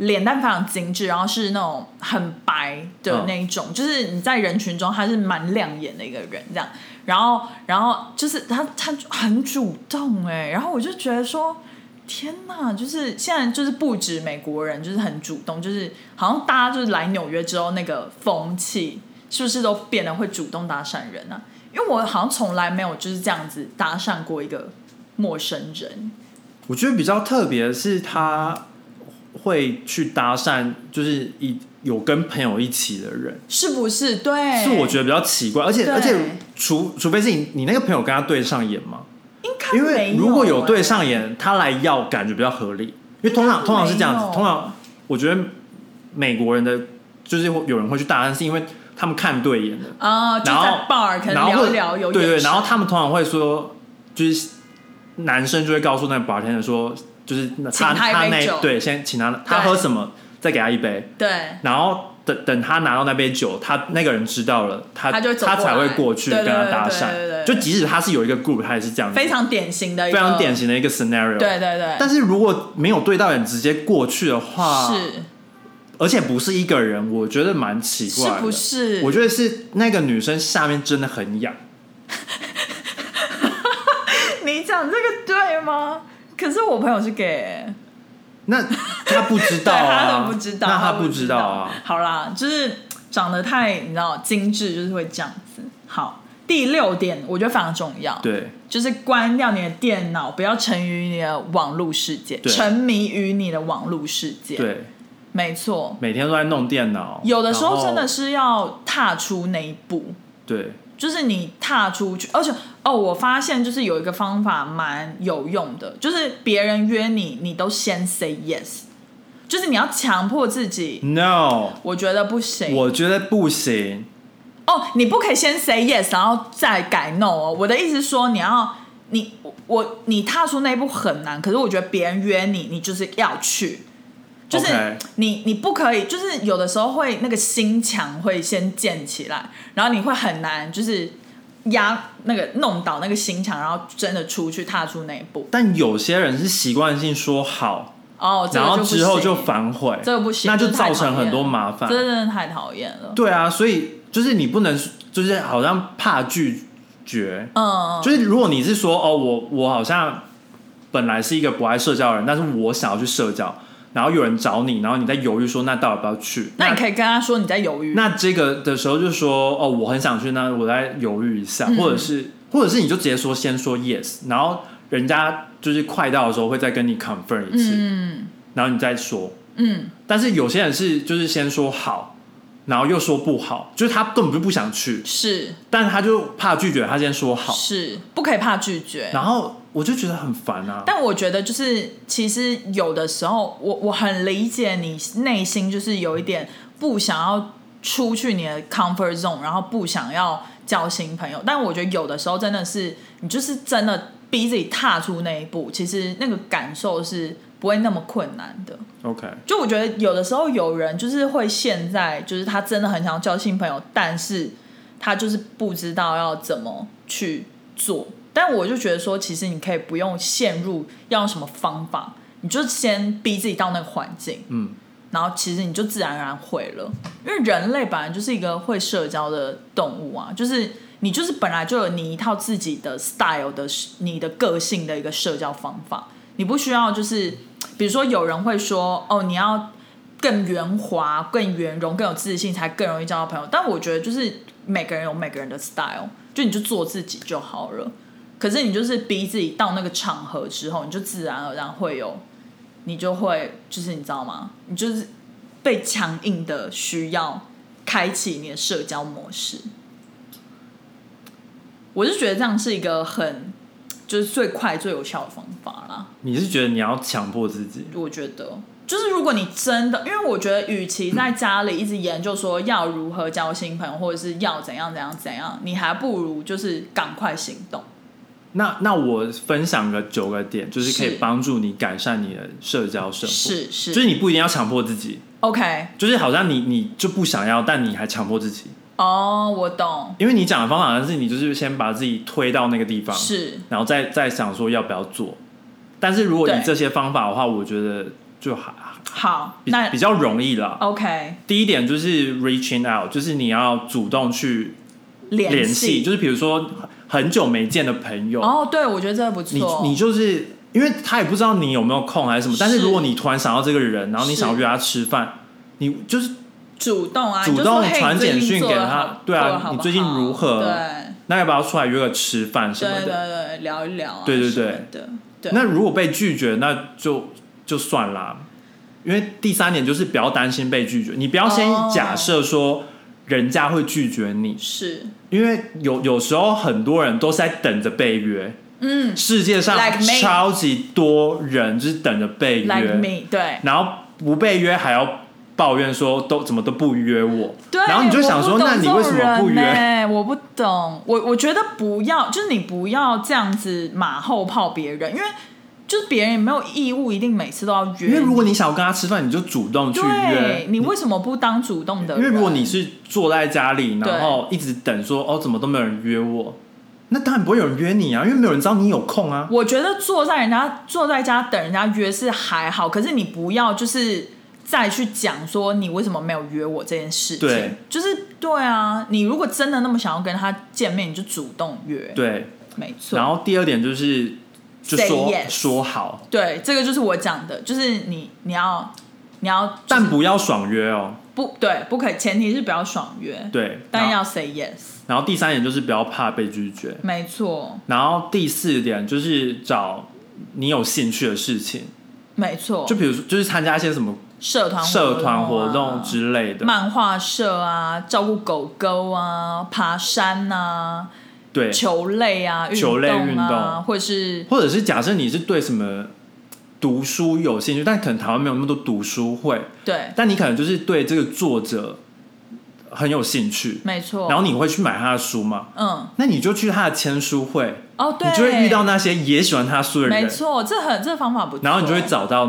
[SPEAKER 1] 脸蛋非常精致，然后是那种很白的
[SPEAKER 2] 嗯
[SPEAKER 1] 那一种，就是你在人群中他是蛮亮眼的一个人这样。然后，然后就是他他很主动哎、然后我就觉得说，天呐，就是现在就是不止美国人，就是很主动，就是好像大家就是来纽约之后那个风气，是不是都变得会主动搭讪人啊？因为我好像从来没有就是这样子搭讪过一个陌生人，
[SPEAKER 2] 我觉得比较特别的是，他会去搭讪，就是一有跟朋友一起的人，
[SPEAKER 1] 是不是？对，
[SPEAKER 2] 是我觉得比较奇怪，而且
[SPEAKER 1] 对
[SPEAKER 2] 而且除除非是你你那个朋友跟他对上眼嘛，
[SPEAKER 1] 应该
[SPEAKER 2] 因
[SPEAKER 1] 没
[SPEAKER 2] 为
[SPEAKER 1] 有
[SPEAKER 2] 如果有对
[SPEAKER 1] 欸
[SPEAKER 2] 上眼，他来要感觉比较合理，因为通常
[SPEAKER 1] 应该
[SPEAKER 2] 通常是这样
[SPEAKER 1] 没有
[SPEAKER 2] 子，通常我觉得美国人的就是会有人会去搭讪，是因为他们看对眼了，
[SPEAKER 1] 啊，就
[SPEAKER 2] 然后
[SPEAKER 1] 在 bar 可
[SPEAKER 2] 然
[SPEAKER 1] 能
[SPEAKER 2] 后
[SPEAKER 1] 聊
[SPEAKER 2] 会
[SPEAKER 1] 聊有
[SPEAKER 2] 对对，
[SPEAKER 1] 眼神
[SPEAKER 2] 然后他们通常会说，就是男生就会告诉那个 bartender 说，就是那
[SPEAKER 1] 请
[SPEAKER 2] 他
[SPEAKER 1] 他一
[SPEAKER 2] 他
[SPEAKER 1] 杯
[SPEAKER 2] 那
[SPEAKER 1] 酒
[SPEAKER 2] 对先请他他
[SPEAKER 1] 对
[SPEAKER 2] 喝什么，再给他一杯，
[SPEAKER 1] 对。
[SPEAKER 2] 然后等等他拿到那杯酒，他那个人知道了，他
[SPEAKER 1] 他就会走过来
[SPEAKER 2] 才会过去
[SPEAKER 1] 对
[SPEAKER 2] 跟
[SPEAKER 1] 对
[SPEAKER 2] 他搭
[SPEAKER 1] 对对对
[SPEAKER 2] 讪，
[SPEAKER 1] 对
[SPEAKER 2] 就即使他是有一个 group，他也是这样子，
[SPEAKER 1] 非常典型的一
[SPEAKER 2] 非
[SPEAKER 1] 个
[SPEAKER 2] 常典，型的一个 scenario，
[SPEAKER 1] 对对对，
[SPEAKER 2] 但是如果没有对到眼直接过去的话，
[SPEAKER 1] 是
[SPEAKER 2] 而且不是一个人，我觉得蛮奇怪
[SPEAKER 1] 是
[SPEAKER 2] 的。
[SPEAKER 1] 不是？
[SPEAKER 2] 我觉得是那个女生下面真的很痒，
[SPEAKER 1] 你讲这个对吗？可是我朋友是给、
[SPEAKER 2] 那她不知
[SPEAKER 1] 对
[SPEAKER 2] 道啊，
[SPEAKER 1] 他都不知道，
[SPEAKER 2] 那
[SPEAKER 1] 他
[SPEAKER 2] 她不知道啊。。
[SPEAKER 1] 好啦，就是长得太你知道精致，就是会这样子。好，第六点我觉得非常重要，，
[SPEAKER 2] 对，
[SPEAKER 1] 就是关掉你的电脑，不要沉迷于你的网络世界，
[SPEAKER 2] 对
[SPEAKER 1] 沉迷于你的网络世界。，
[SPEAKER 2] 对，
[SPEAKER 1] 没错，
[SPEAKER 2] 每天都在弄电脑，
[SPEAKER 1] 有的时
[SPEAKER 2] 然
[SPEAKER 1] 候
[SPEAKER 2] 后
[SPEAKER 1] 真的是要踏出那一步。
[SPEAKER 2] 对，
[SPEAKER 1] 就是你踏出去，而且哦，我发现就是有一个方法蛮有用的，就是别人约你，你都先 say yes，就是你要强迫自己。
[SPEAKER 2] No，
[SPEAKER 1] 我觉得不行
[SPEAKER 2] 我觉得不行。
[SPEAKER 1] 哦，你不可以先 say yes，然后再改 no 哦。我的意思是说，你要你我你踏出那一步很难，可是我觉得别人约你，你就是要去，就是
[SPEAKER 2] OK
[SPEAKER 1] 你你不可以，就是有的时候会那个心墙会先建起来，然后你会很难就是压那个弄倒那个心墙，然后真的出去踏出那一步。
[SPEAKER 2] 但有些人是习惯性说好，
[SPEAKER 1] 哦，这个
[SPEAKER 2] 然后
[SPEAKER 1] 就不
[SPEAKER 2] 之后
[SPEAKER 1] 行
[SPEAKER 2] 就反悔，
[SPEAKER 1] 这个不行，
[SPEAKER 2] 那就
[SPEAKER 1] 这太
[SPEAKER 2] 造
[SPEAKER 1] 讨
[SPEAKER 2] 成
[SPEAKER 1] 厌
[SPEAKER 2] 很多
[SPEAKER 1] 了
[SPEAKER 2] 麻烦。
[SPEAKER 1] 这真的太讨厌了。
[SPEAKER 2] 对啊，所以就是你不能，就是好像怕拒绝，
[SPEAKER 1] 嗯，
[SPEAKER 2] 就是如果你是说哦，我我好像本来是一个不爱社交的人，但是我想要去社交，然后有人找你，然后你在犹豫说那到底要不要去？
[SPEAKER 1] 那
[SPEAKER 2] 那
[SPEAKER 1] 你可以跟他说你在犹豫。
[SPEAKER 2] 那这个的时候就说哦，我很想去，那我再犹豫一下，
[SPEAKER 1] 嗯
[SPEAKER 2] 或者是或者是你就直接说先说 yes，然后人家就是快到的时候会再跟你 confirm 一次，
[SPEAKER 1] 嗯
[SPEAKER 2] 然后你再说。
[SPEAKER 1] 嗯。
[SPEAKER 2] 但是有些人是就是先说好，然后又说不好，就是他根本就不想去，
[SPEAKER 1] 是
[SPEAKER 2] 但他就怕拒绝，他先说好，
[SPEAKER 1] 是，不可以怕拒绝。
[SPEAKER 2] 然后我就觉得很烦啊。
[SPEAKER 1] 但我觉得就是，其实有的时候，我我很理解你内心就是有一点不想要出去你的 comfort zone，然后不想要交新朋友。但我觉得有的时候真的是，你就是真的逼自己踏出那一步，其实那个感受是不会那么困难的。
[SPEAKER 2] OK，
[SPEAKER 1] 就我觉得有的时候有人就是会陷在，就是他真的很想要交新朋友，但是他就是不知道要怎么去做。但我就觉得说，其实你可以不用陷入要用什么方法，你就先逼自己到那个环境，
[SPEAKER 2] 嗯，
[SPEAKER 1] 然后其实你就自然而然会了。因为人类本来就是一个会社交的动物啊，就是你就是本来就有你一套自己的 style 的你的个性的一个社交方法，你不需要就是比如说有人会说，哦，你要更圆滑、更圆融、更有自信，才更容易交到朋友。但我觉得就是每个人有每个人的 style，就你就做自己就好了。可是你就是逼自己到那个场合之后，你就自然而然会有，你就会就是你知道吗？你就是被强硬的需要开启你的社交模式。我是觉得这样是一个很就是最快最有效的方法啦。
[SPEAKER 2] 你是觉得你要强迫自己？
[SPEAKER 1] 我觉得，就是如果你真的，因为我觉得，与其在家里一直研究说要如何交新朋友，或者是要怎样怎样怎样，你还不如就是赶快行动。
[SPEAKER 2] 那那我分享个九个点，就是可
[SPEAKER 1] 是
[SPEAKER 2] 以帮助你改善你的社交生活。
[SPEAKER 1] 是是
[SPEAKER 2] 就是你不一定要强迫自己，
[SPEAKER 1] OK，
[SPEAKER 2] 就是好像你你就不想要，但你还强迫自己，
[SPEAKER 1] 哦，我懂，
[SPEAKER 2] 因为你讲的方法好像是你就是先把自己推到那个地方，
[SPEAKER 1] 是
[SPEAKER 2] 然后再再想说要不要做。但是如果
[SPEAKER 1] 对
[SPEAKER 2] 以这些方法的话，我觉得就还
[SPEAKER 1] 好，
[SPEAKER 2] 比
[SPEAKER 1] 那
[SPEAKER 2] 比较容易啦。
[SPEAKER 1] OK
[SPEAKER 2] 第一点就是 reaching out，就是你要主动去
[SPEAKER 1] 联
[SPEAKER 2] 联系，就是比如说很久没见的朋友，
[SPEAKER 1] 哦，对，我觉得这个不
[SPEAKER 2] 你
[SPEAKER 1] 错，
[SPEAKER 2] 你就是因为他也不知道你有没有空还是什么，但是
[SPEAKER 1] 是
[SPEAKER 2] 如果你突然想到这个人，然后你
[SPEAKER 1] 是
[SPEAKER 2] 想要约他吃饭，你就是
[SPEAKER 1] 主动啊，
[SPEAKER 2] 主
[SPEAKER 1] 你就说
[SPEAKER 2] 动
[SPEAKER 1] 嘿
[SPEAKER 2] 传
[SPEAKER 1] 你最近
[SPEAKER 2] 简讯
[SPEAKER 1] 做得
[SPEAKER 2] 给他
[SPEAKER 1] 好
[SPEAKER 2] 对啊
[SPEAKER 1] 做得好
[SPEAKER 2] 你
[SPEAKER 1] 不
[SPEAKER 2] 最近
[SPEAKER 1] 好
[SPEAKER 2] 如何
[SPEAKER 1] 对
[SPEAKER 2] 那要不要出来约个吃饭什么
[SPEAKER 1] 对对
[SPEAKER 2] 的？
[SPEAKER 1] 对，聊一聊啊，
[SPEAKER 2] 对对
[SPEAKER 1] 什么
[SPEAKER 2] 对
[SPEAKER 1] 的，对，
[SPEAKER 2] 那如果被拒绝，那就就算啦。因为第三点就是不要担心被拒绝，你不要先
[SPEAKER 1] 哦
[SPEAKER 2] 假设说人家会拒绝你，
[SPEAKER 1] 是
[SPEAKER 2] 因为有有时候很多人都是在等着被约，
[SPEAKER 1] 嗯
[SPEAKER 2] 世界上
[SPEAKER 1] Like me
[SPEAKER 2] 超级多人就是等着被约
[SPEAKER 1] ，like me，对。
[SPEAKER 2] 然后不被约还要抱怨说都怎么都不约我，
[SPEAKER 1] 对，
[SPEAKER 2] 然后你就想说，
[SPEAKER 1] 我不懂
[SPEAKER 2] 那你为什么不
[SPEAKER 1] 这种人
[SPEAKER 2] 约？
[SPEAKER 1] 欸我不懂，我我觉得不要，就是你不要这样子马后炮别人，因为就是别人也没有义务一定每次都要约。
[SPEAKER 2] 因为如果你想要跟他吃饭，你就主动去
[SPEAKER 1] 对
[SPEAKER 2] 约，。
[SPEAKER 1] 你为什么不当主动的
[SPEAKER 2] 因
[SPEAKER 1] 人？
[SPEAKER 2] 为如果你是坐在家里，
[SPEAKER 1] 对
[SPEAKER 2] 然后一直等说哦怎么都没有人约我，那当然不会有人约你啊，因为没有人知道你有空啊。
[SPEAKER 1] 我觉得坐在人家坐在家等人家约是还好，可是你不要就是再去讲说你为什么没有约我这件事情。
[SPEAKER 2] 对，
[SPEAKER 1] 就是对啊，你如果真的那么想要跟他见面，你就主动约。，
[SPEAKER 2] 对，
[SPEAKER 1] 没错。
[SPEAKER 2] 然后第二点就是就
[SPEAKER 1] Say
[SPEAKER 2] 说
[SPEAKER 1] yes
[SPEAKER 2] 说好，
[SPEAKER 1] 对，这个就是我讲的，就是你你要你要、就是
[SPEAKER 2] 但不要爽约哦。
[SPEAKER 1] 不对，不可以，前提是不要爽约，，
[SPEAKER 2] 对，
[SPEAKER 1] 但
[SPEAKER 2] 然后
[SPEAKER 1] 要 say yes，
[SPEAKER 2] 然后第三点就是不要怕被拒绝，
[SPEAKER 1] 没错，
[SPEAKER 2] 然后第四点就是找你有兴趣的事情。
[SPEAKER 1] 没错，
[SPEAKER 2] 就比如说，就是参加一些什么
[SPEAKER 1] 社团
[SPEAKER 2] 社团
[SPEAKER 1] 哦活
[SPEAKER 2] 活动
[SPEAKER 1] 啊
[SPEAKER 2] 之类的，
[SPEAKER 1] 漫画社啊，照顾狗狗啊，爬山啊，
[SPEAKER 2] 对，
[SPEAKER 1] 球类啊，运
[SPEAKER 2] 球类运
[SPEAKER 1] 动啊，
[SPEAKER 2] 动
[SPEAKER 1] 或者是
[SPEAKER 2] 或者是假设你是对什么读书有兴趣，但可能台湾没有那么多读书会，
[SPEAKER 1] 对，
[SPEAKER 2] 但你可能就是对这个作者很有兴趣，
[SPEAKER 1] 没错，
[SPEAKER 2] 然后你会去买他的书嘛？
[SPEAKER 1] 嗯，
[SPEAKER 2] 那你就去他的签书会，
[SPEAKER 1] 哦，对，
[SPEAKER 2] 你就会遇到那些也喜欢他书的
[SPEAKER 1] 没
[SPEAKER 2] 人，
[SPEAKER 1] 错，这很这方法不错，
[SPEAKER 2] 然后你就会找到，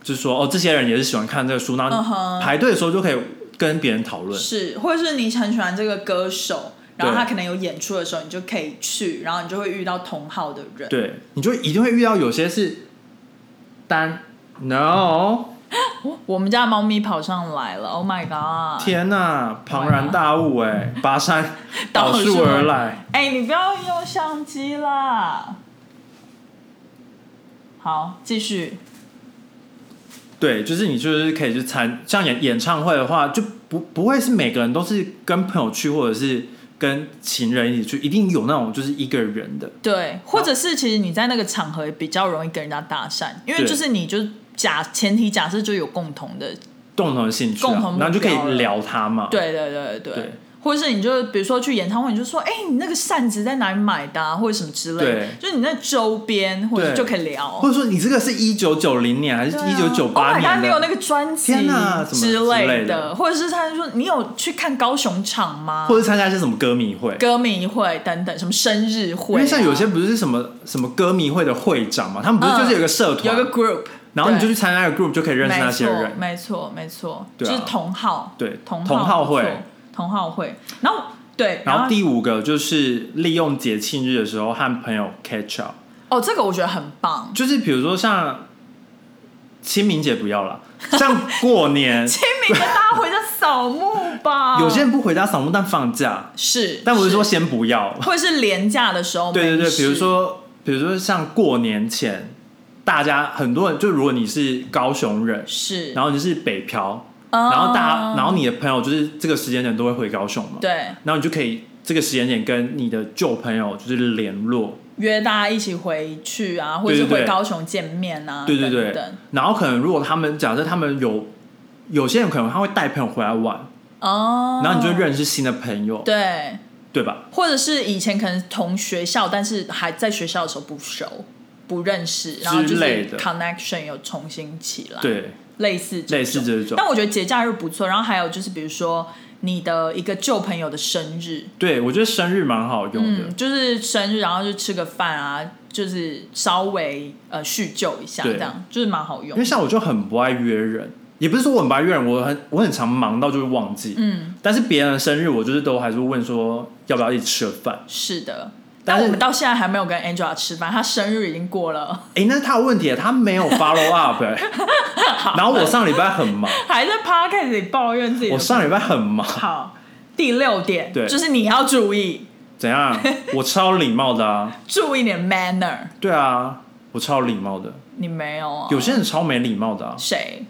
[SPEAKER 2] 就是说哦，这些人也是喜欢看这个书，然
[SPEAKER 1] 嗯
[SPEAKER 2] 后
[SPEAKER 1] 哼
[SPEAKER 2] 排队的时候就可以跟别人讨论。
[SPEAKER 1] 是，或者是你很喜欢这个歌手，然后
[SPEAKER 2] 对
[SPEAKER 1] 他可能有演出的时候，你就可以去，然后你就会遇到同好的人。
[SPEAKER 2] 对，你就一定会遇到有些是单 no，
[SPEAKER 1] 哦我们家的猫咪跑上来了，Oh my god！
[SPEAKER 2] 天呐、庞然大物哎、跋山
[SPEAKER 1] 倒
[SPEAKER 2] 倒
[SPEAKER 1] 树
[SPEAKER 2] 树
[SPEAKER 1] 而
[SPEAKER 2] 而来。
[SPEAKER 1] 哎、你不要用相机啦。好，继续。
[SPEAKER 2] 对，就是你就是可以去参，像演演唱会的话，就不不会是每个人都是跟朋友去，或者是跟情人一起去，一定有那种就是一个人的。
[SPEAKER 1] 对，或者是其实你在那个场合也比较容易跟人家搭讪，因为
[SPEAKER 2] 对
[SPEAKER 1] 就是你就假前提假设就有共同的，
[SPEAKER 2] 共同的兴趣、啊，
[SPEAKER 1] 共同目
[SPEAKER 2] 然后就可
[SPEAKER 1] 标了
[SPEAKER 2] 以聊他嘛。，
[SPEAKER 1] 对对对对
[SPEAKER 2] 对
[SPEAKER 1] 或者是你就比如说去演唱会，你就说，哎、你那个扇子在哪里买的、啊，或者什么之类的，
[SPEAKER 2] 对
[SPEAKER 1] 就是你那周边或者
[SPEAKER 2] 对
[SPEAKER 1] 就可以聊，啊
[SPEAKER 2] 或者说你这个是一九九零年还是一九九八
[SPEAKER 1] 他
[SPEAKER 2] 年
[SPEAKER 1] 你有哦那
[SPEAKER 2] 的，
[SPEAKER 1] 个专辑
[SPEAKER 2] 天哪什么
[SPEAKER 1] 之
[SPEAKER 2] 之
[SPEAKER 1] 类
[SPEAKER 2] 类
[SPEAKER 1] 的，
[SPEAKER 2] 的
[SPEAKER 1] 或者是他说你有去看高雄场吗
[SPEAKER 2] 或？者参加一些什么歌迷会？
[SPEAKER 1] 歌迷会啊等等，什么生日会啊、
[SPEAKER 2] 因为像有些不是什么什么歌迷会的会长嘛，他们不是就是有一个
[SPEAKER 1] 嗯有
[SPEAKER 2] 社团，
[SPEAKER 1] 一个 group，
[SPEAKER 2] 然后你就
[SPEAKER 1] 对
[SPEAKER 2] 去参加一个 group 就可以认识那些人。
[SPEAKER 1] 没错，没错，没错，
[SPEAKER 2] 对啊
[SPEAKER 1] 就是同好，
[SPEAKER 2] 对
[SPEAKER 1] 同
[SPEAKER 2] 同好会
[SPEAKER 1] 没错同好会，然后对，
[SPEAKER 2] 然后第五个就是利用节庆日的时候和朋友 catch up，
[SPEAKER 1] 哦，这个我觉得很棒，
[SPEAKER 2] 就是比如说像清明节不要了，像过 年，
[SPEAKER 1] 清明节大家回家扫墓吧，
[SPEAKER 2] 有些人不回家扫墓但放假，
[SPEAKER 1] 哦是，
[SPEAKER 2] 但我是说先不要。
[SPEAKER 1] 或者是廉价的时候没事，
[SPEAKER 2] 对对对，比如说比如说像过年前，大家很多人，就如果你是高雄人，
[SPEAKER 1] 是，
[SPEAKER 2] 然后你是北漂，
[SPEAKER 1] 哦
[SPEAKER 2] 然后大家，然后你的朋友就是这个时间点都会回高雄嘛，
[SPEAKER 1] 对
[SPEAKER 2] 然后你就可以这个时间点跟你的旧朋友就是联络，
[SPEAKER 1] 约大家一起回去啊，或者是
[SPEAKER 2] 对对
[SPEAKER 1] 回
[SPEAKER 2] 对
[SPEAKER 1] 高雄见面啊，
[SPEAKER 2] 对对
[SPEAKER 1] 等
[SPEAKER 2] 对
[SPEAKER 1] 等。
[SPEAKER 2] 然后可能如果他们假设他们有有些人可能他会带朋友回来玩，
[SPEAKER 1] 哦，
[SPEAKER 2] 然后你就认识新的朋友，
[SPEAKER 1] 对，
[SPEAKER 2] 对吧？
[SPEAKER 1] 或者是以前可能同学校，但是还在学校的时候不熟。不认识，然后就
[SPEAKER 2] 之
[SPEAKER 1] 是
[SPEAKER 2] 类的
[SPEAKER 1] connection 又重新起来，，
[SPEAKER 2] 对，
[SPEAKER 1] 类似这
[SPEAKER 2] 类似
[SPEAKER 1] 种
[SPEAKER 2] 这种
[SPEAKER 1] 但。嗯我觉得节假日不错，然后还有就是比如说你的一个旧朋友的生日，
[SPEAKER 2] 对，我觉得生日蛮好用的。
[SPEAKER 1] 嗯，就是生日，然后就吃个饭啊，就是稍微呃叙旧一下，
[SPEAKER 2] 对
[SPEAKER 1] 这样就是蛮好用
[SPEAKER 2] 因为。像我就很不爱约人，也不是说我很不爱约人，我很我很常忙到就会忘记。
[SPEAKER 1] 嗯，
[SPEAKER 2] 但是别人的生日，我就是都还是会问说要不要一起吃个饭。
[SPEAKER 1] 是的。
[SPEAKER 2] 但
[SPEAKER 1] 但
[SPEAKER 2] 是
[SPEAKER 1] 我们到现在还没有跟 Angela 吃饭，她生日已经过了，
[SPEAKER 2] 哎、那是他的问题耶，他没有 follow up 哎、然后我上礼拜很忙，
[SPEAKER 1] 还在 podcast 里抱怨自己的。
[SPEAKER 2] 我上礼拜很忙，
[SPEAKER 1] 好，第六点，
[SPEAKER 2] 对
[SPEAKER 1] 就是你要注意，
[SPEAKER 2] 怎样？我超礼貌的啊，
[SPEAKER 1] 注意你的 manner。
[SPEAKER 2] 对啊，我超礼貌的。
[SPEAKER 1] 你没有、啊？
[SPEAKER 2] 有些人超没礼貌的啊，
[SPEAKER 1] 谁？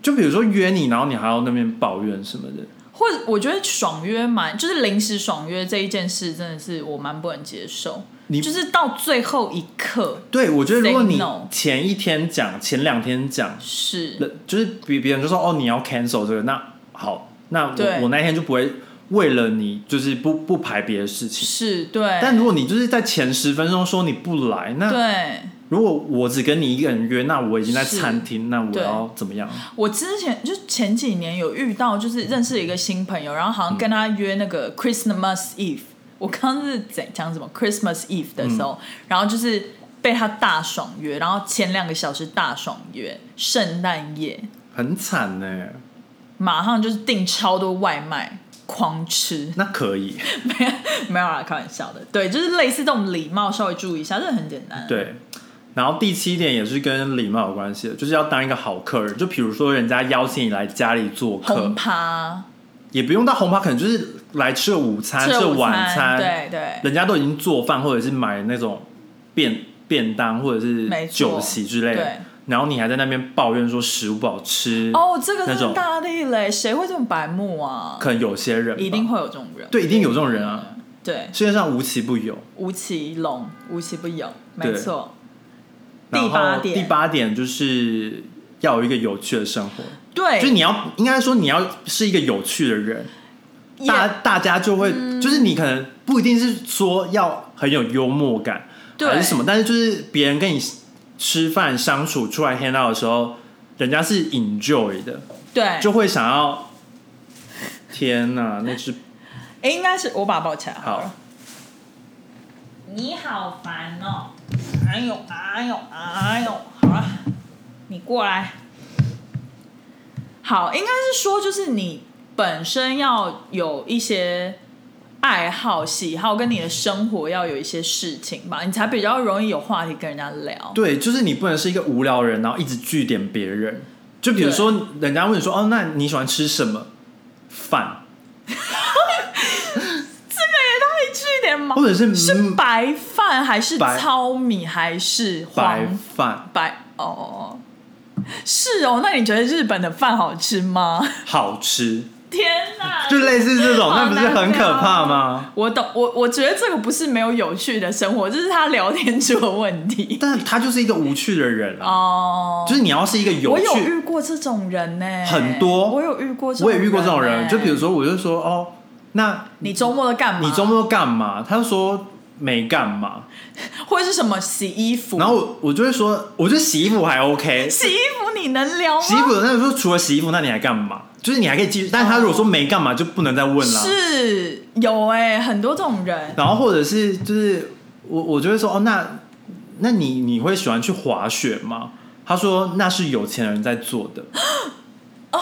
[SPEAKER 2] 就比如说约你，然后你还要那边抱怨什么的。
[SPEAKER 1] 或者我觉得爽约蛮，就是临时爽约这一件事，真的是我蛮不能接受。
[SPEAKER 2] 你
[SPEAKER 1] 就是到最后一刻
[SPEAKER 2] 对，我觉得如果
[SPEAKER 1] Say
[SPEAKER 2] 你
[SPEAKER 1] no
[SPEAKER 2] 前一天讲，前两天讲，
[SPEAKER 1] 是
[SPEAKER 2] 那就是别别人就说哦你要 cancel 这个，那好，那
[SPEAKER 1] 对
[SPEAKER 2] 我我那天就不会为了你就是不不排别的事情。
[SPEAKER 1] 是，对，
[SPEAKER 2] 但如果你就是在前十分钟说你不来，那
[SPEAKER 1] 对
[SPEAKER 2] 如果我只跟你一个人约，那我已经在餐厅，那我
[SPEAKER 1] 对
[SPEAKER 2] 要怎么样？
[SPEAKER 1] 我之前就前几年有遇到，就是认识一个新朋友，然后好像跟他约那个 Christmas Eve，、我刚刚是讲讲什么 Christmas Eve 的时候，
[SPEAKER 2] 嗯
[SPEAKER 1] 然后就是被他大爽约，然后前两个小时大爽约，圣诞夜
[SPEAKER 2] 很惨呢、
[SPEAKER 1] 马上就是订超多外卖。狂吃
[SPEAKER 2] 那可以，
[SPEAKER 1] 没有没有啦，开玩笑的。对，就是类似这种礼貌，稍微注意一下，这很简单。
[SPEAKER 2] 对。然后第七点也是跟礼貌有关系的，就是要当一个好客人。就比如说人家邀请你来家里做客
[SPEAKER 1] 轰，趴，
[SPEAKER 2] 也不用到红趴，可能就是来吃个午餐、
[SPEAKER 1] 吃
[SPEAKER 2] 吃
[SPEAKER 1] 了
[SPEAKER 2] 个
[SPEAKER 1] 午
[SPEAKER 2] 晚餐，
[SPEAKER 1] 对对，
[SPEAKER 2] 人家都已经做饭或者是买那种便便当或者是
[SPEAKER 1] 没错
[SPEAKER 2] 酒席之类
[SPEAKER 1] 对
[SPEAKER 2] 的，然后你还在那边抱怨说食物不好吃，
[SPEAKER 1] 哦，这个
[SPEAKER 2] 那
[SPEAKER 1] 是
[SPEAKER 2] 种
[SPEAKER 1] 大地雷，谁会这么白目啊？
[SPEAKER 2] 可能有些人吧
[SPEAKER 1] 一定会有这种人，
[SPEAKER 2] 对，一定有这种人啊，
[SPEAKER 1] 对，
[SPEAKER 2] 世界上无奇不有。
[SPEAKER 1] 无其龙，无其不有，没
[SPEAKER 2] 对
[SPEAKER 1] 错。第
[SPEAKER 2] 然
[SPEAKER 1] 八
[SPEAKER 2] 后
[SPEAKER 1] 点
[SPEAKER 2] 第八点就是要有一个有趣的生活，
[SPEAKER 1] 对，
[SPEAKER 2] 就是你要应该说你要是一个有趣的人，
[SPEAKER 1] 也
[SPEAKER 2] 大大家就会、
[SPEAKER 1] 嗯
[SPEAKER 2] 就是你可能不一定是说要很有幽默感
[SPEAKER 1] 对
[SPEAKER 2] 还是什么，但是就是别人跟你吃饭相处出来 hang out 的时候，人家是 enjoy 的，
[SPEAKER 1] 对，
[SPEAKER 2] 就会想要。天哪，那只
[SPEAKER 1] 诶应该是我把它抱起来好了
[SPEAKER 2] 好。，
[SPEAKER 1] 你好烦哦！哎呦哎呦哎呦！好了，你过来。好，应该是说就是你本身要有一些爱好、喜好，跟你的生活要有一些事情吧，你才比较容易有话题跟人家聊。
[SPEAKER 2] 对，就是你不能是一个无聊人，然后一直据点别人。就比如说，人家问你说：“哦，那你喜欢吃什么饭
[SPEAKER 1] 太吃一点？”毛
[SPEAKER 2] 或者是
[SPEAKER 1] 哦是
[SPEAKER 2] 嗯
[SPEAKER 1] 白饭还是
[SPEAKER 2] 白
[SPEAKER 1] 糙米还是
[SPEAKER 2] 白
[SPEAKER 1] 黄
[SPEAKER 2] 饭
[SPEAKER 1] 白？哦，是哦。那你觉得日本的饭好吃吗？
[SPEAKER 2] 好 吃，
[SPEAKER 1] 天哪！
[SPEAKER 2] 就类似这种，
[SPEAKER 1] 好
[SPEAKER 2] 那不是很
[SPEAKER 1] 难哦聊
[SPEAKER 2] 可怕吗？
[SPEAKER 1] 我懂，我我觉得这个不是没有有趣的生活，这是他聊天出了问题。
[SPEAKER 2] 但他就是一个无趣的人啊，
[SPEAKER 1] 哦、
[SPEAKER 2] 就是你要是一个有
[SPEAKER 1] 我有
[SPEAKER 2] 趣，
[SPEAKER 1] 遇过这种人呢、
[SPEAKER 2] 很多
[SPEAKER 1] 我有遇过这种
[SPEAKER 2] 我也遇过这种人，
[SPEAKER 1] 欸
[SPEAKER 2] 就比如说，我就说：“哦，那
[SPEAKER 1] 你周末都干嘛？
[SPEAKER 2] 你周末干嘛？”他就说。没干嘛，
[SPEAKER 1] 或者是什么洗衣服？
[SPEAKER 2] 然后我我就会说，我觉得洗衣服还 OK，
[SPEAKER 1] 洗衣服你能聊吗？
[SPEAKER 2] 洗衣服，那说除了洗衣服，那你还干嘛？就是你还可以继续，但是他如果说没干嘛，就不能再问啦。
[SPEAKER 1] 哦是有哎、很多这种人。
[SPEAKER 2] 然后或者是就是我我就会说哦，那那你你会喜欢去滑雪吗？他说那是有钱人在做的。
[SPEAKER 1] 哦，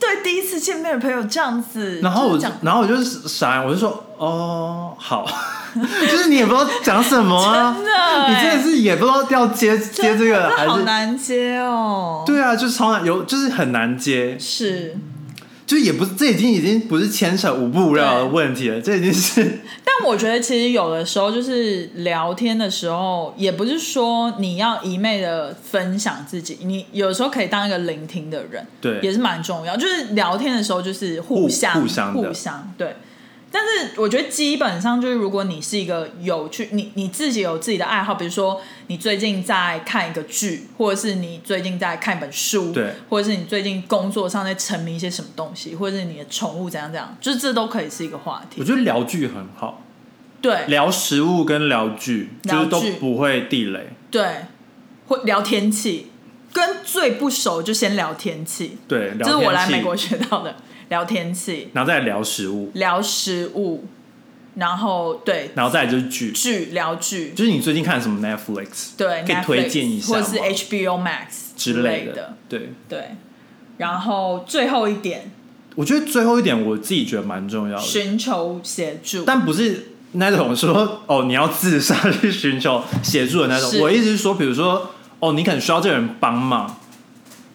[SPEAKER 1] 对，第一次见面的朋友这样子，
[SPEAKER 2] 然后
[SPEAKER 1] 就
[SPEAKER 2] 我
[SPEAKER 1] 是这样
[SPEAKER 2] 然后我就傻眼，我就说哦好， 就是你也不知道讲什么啊，
[SPEAKER 1] 真的
[SPEAKER 2] 你
[SPEAKER 1] 欸
[SPEAKER 2] 真的是也不知道要接接这个还
[SPEAKER 1] 好
[SPEAKER 2] 是。
[SPEAKER 1] 难接哦。，
[SPEAKER 2] 对啊，就是超难，有就是很难接，
[SPEAKER 1] 是。
[SPEAKER 2] 就是也不是，这已经已经不是牵扯五不无聊的
[SPEAKER 1] 对
[SPEAKER 2] 问题了，这已经是
[SPEAKER 1] 但但我觉得其实有的时候就是聊天的时候，也不是说你要一昧的分享自己，你有时候可以当一个聆听的人，
[SPEAKER 2] 对
[SPEAKER 1] 也是蛮重要。就是聊天的时候就是互相
[SPEAKER 2] 互互相的
[SPEAKER 1] 相对。但是我觉得基本上就是，如果你是一个有趣，你你自己有自己的爱好，比如说你最近在看一个剧，或者是你最近在看一本书，
[SPEAKER 2] 对，
[SPEAKER 1] 或者是你最近工作上在沉迷一些什么东西，或者是你的宠物怎样怎样，就是这都可以是一个话题
[SPEAKER 2] 我。觉得聊剧很好，
[SPEAKER 1] 对，
[SPEAKER 2] 聊食物跟聊剧就是都
[SPEAKER 1] 聊剧
[SPEAKER 2] 不会地雷。
[SPEAKER 1] 对，会聊天气，跟最不熟就先聊天气，
[SPEAKER 2] 对，
[SPEAKER 1] 这
[SPEAKER 2] 聊
[SPEAKER 1] 是我
[SPEAKER 2] 天
[SPEAKER 1] 来
[SPEAKER 2] 气
[SPEAKER 1] 美国学到的。聊天气，
[SPEAKER 2] 然后再聊食物，
[SPEAKER 1] 聊食物，然后对
[SPEAKER 2] 然后再来就是剧，
[SPEAKER 1] 剧聊剧，
[SPEAKER 2] 就是你最近看什么 Netflix
[SPEAKER 1] 对
[SPEAKER 2] 可以
[SPEAKER 1] Netflix
[SPEAKER 2] 推荐一下
[SPEAKER 1] 或
[SPEAKER 2] 吗
[SPEAKER 1] 者是 HBO Max
[SPEAKER 2] 之
[SPEAKER 1] 类
[SPEAKER 2] 类
[SPEAKER 1] 的，，
[SPEAKER 2] 对。
[SPEAKER 1] 对。然后最后一点，
[SPEAKER 2] 我觉得最后一点我自己觉得蛮重要的，
[SPEAKER 1] 寻求协助。
[SPEAKER 2] 但不是那种说哦你要自杀去寻求协助的那种。
[SPEAKER 1] 是
[SPEAKER 2] 我意思是说，比如说哦你可能需要这个人帮忙，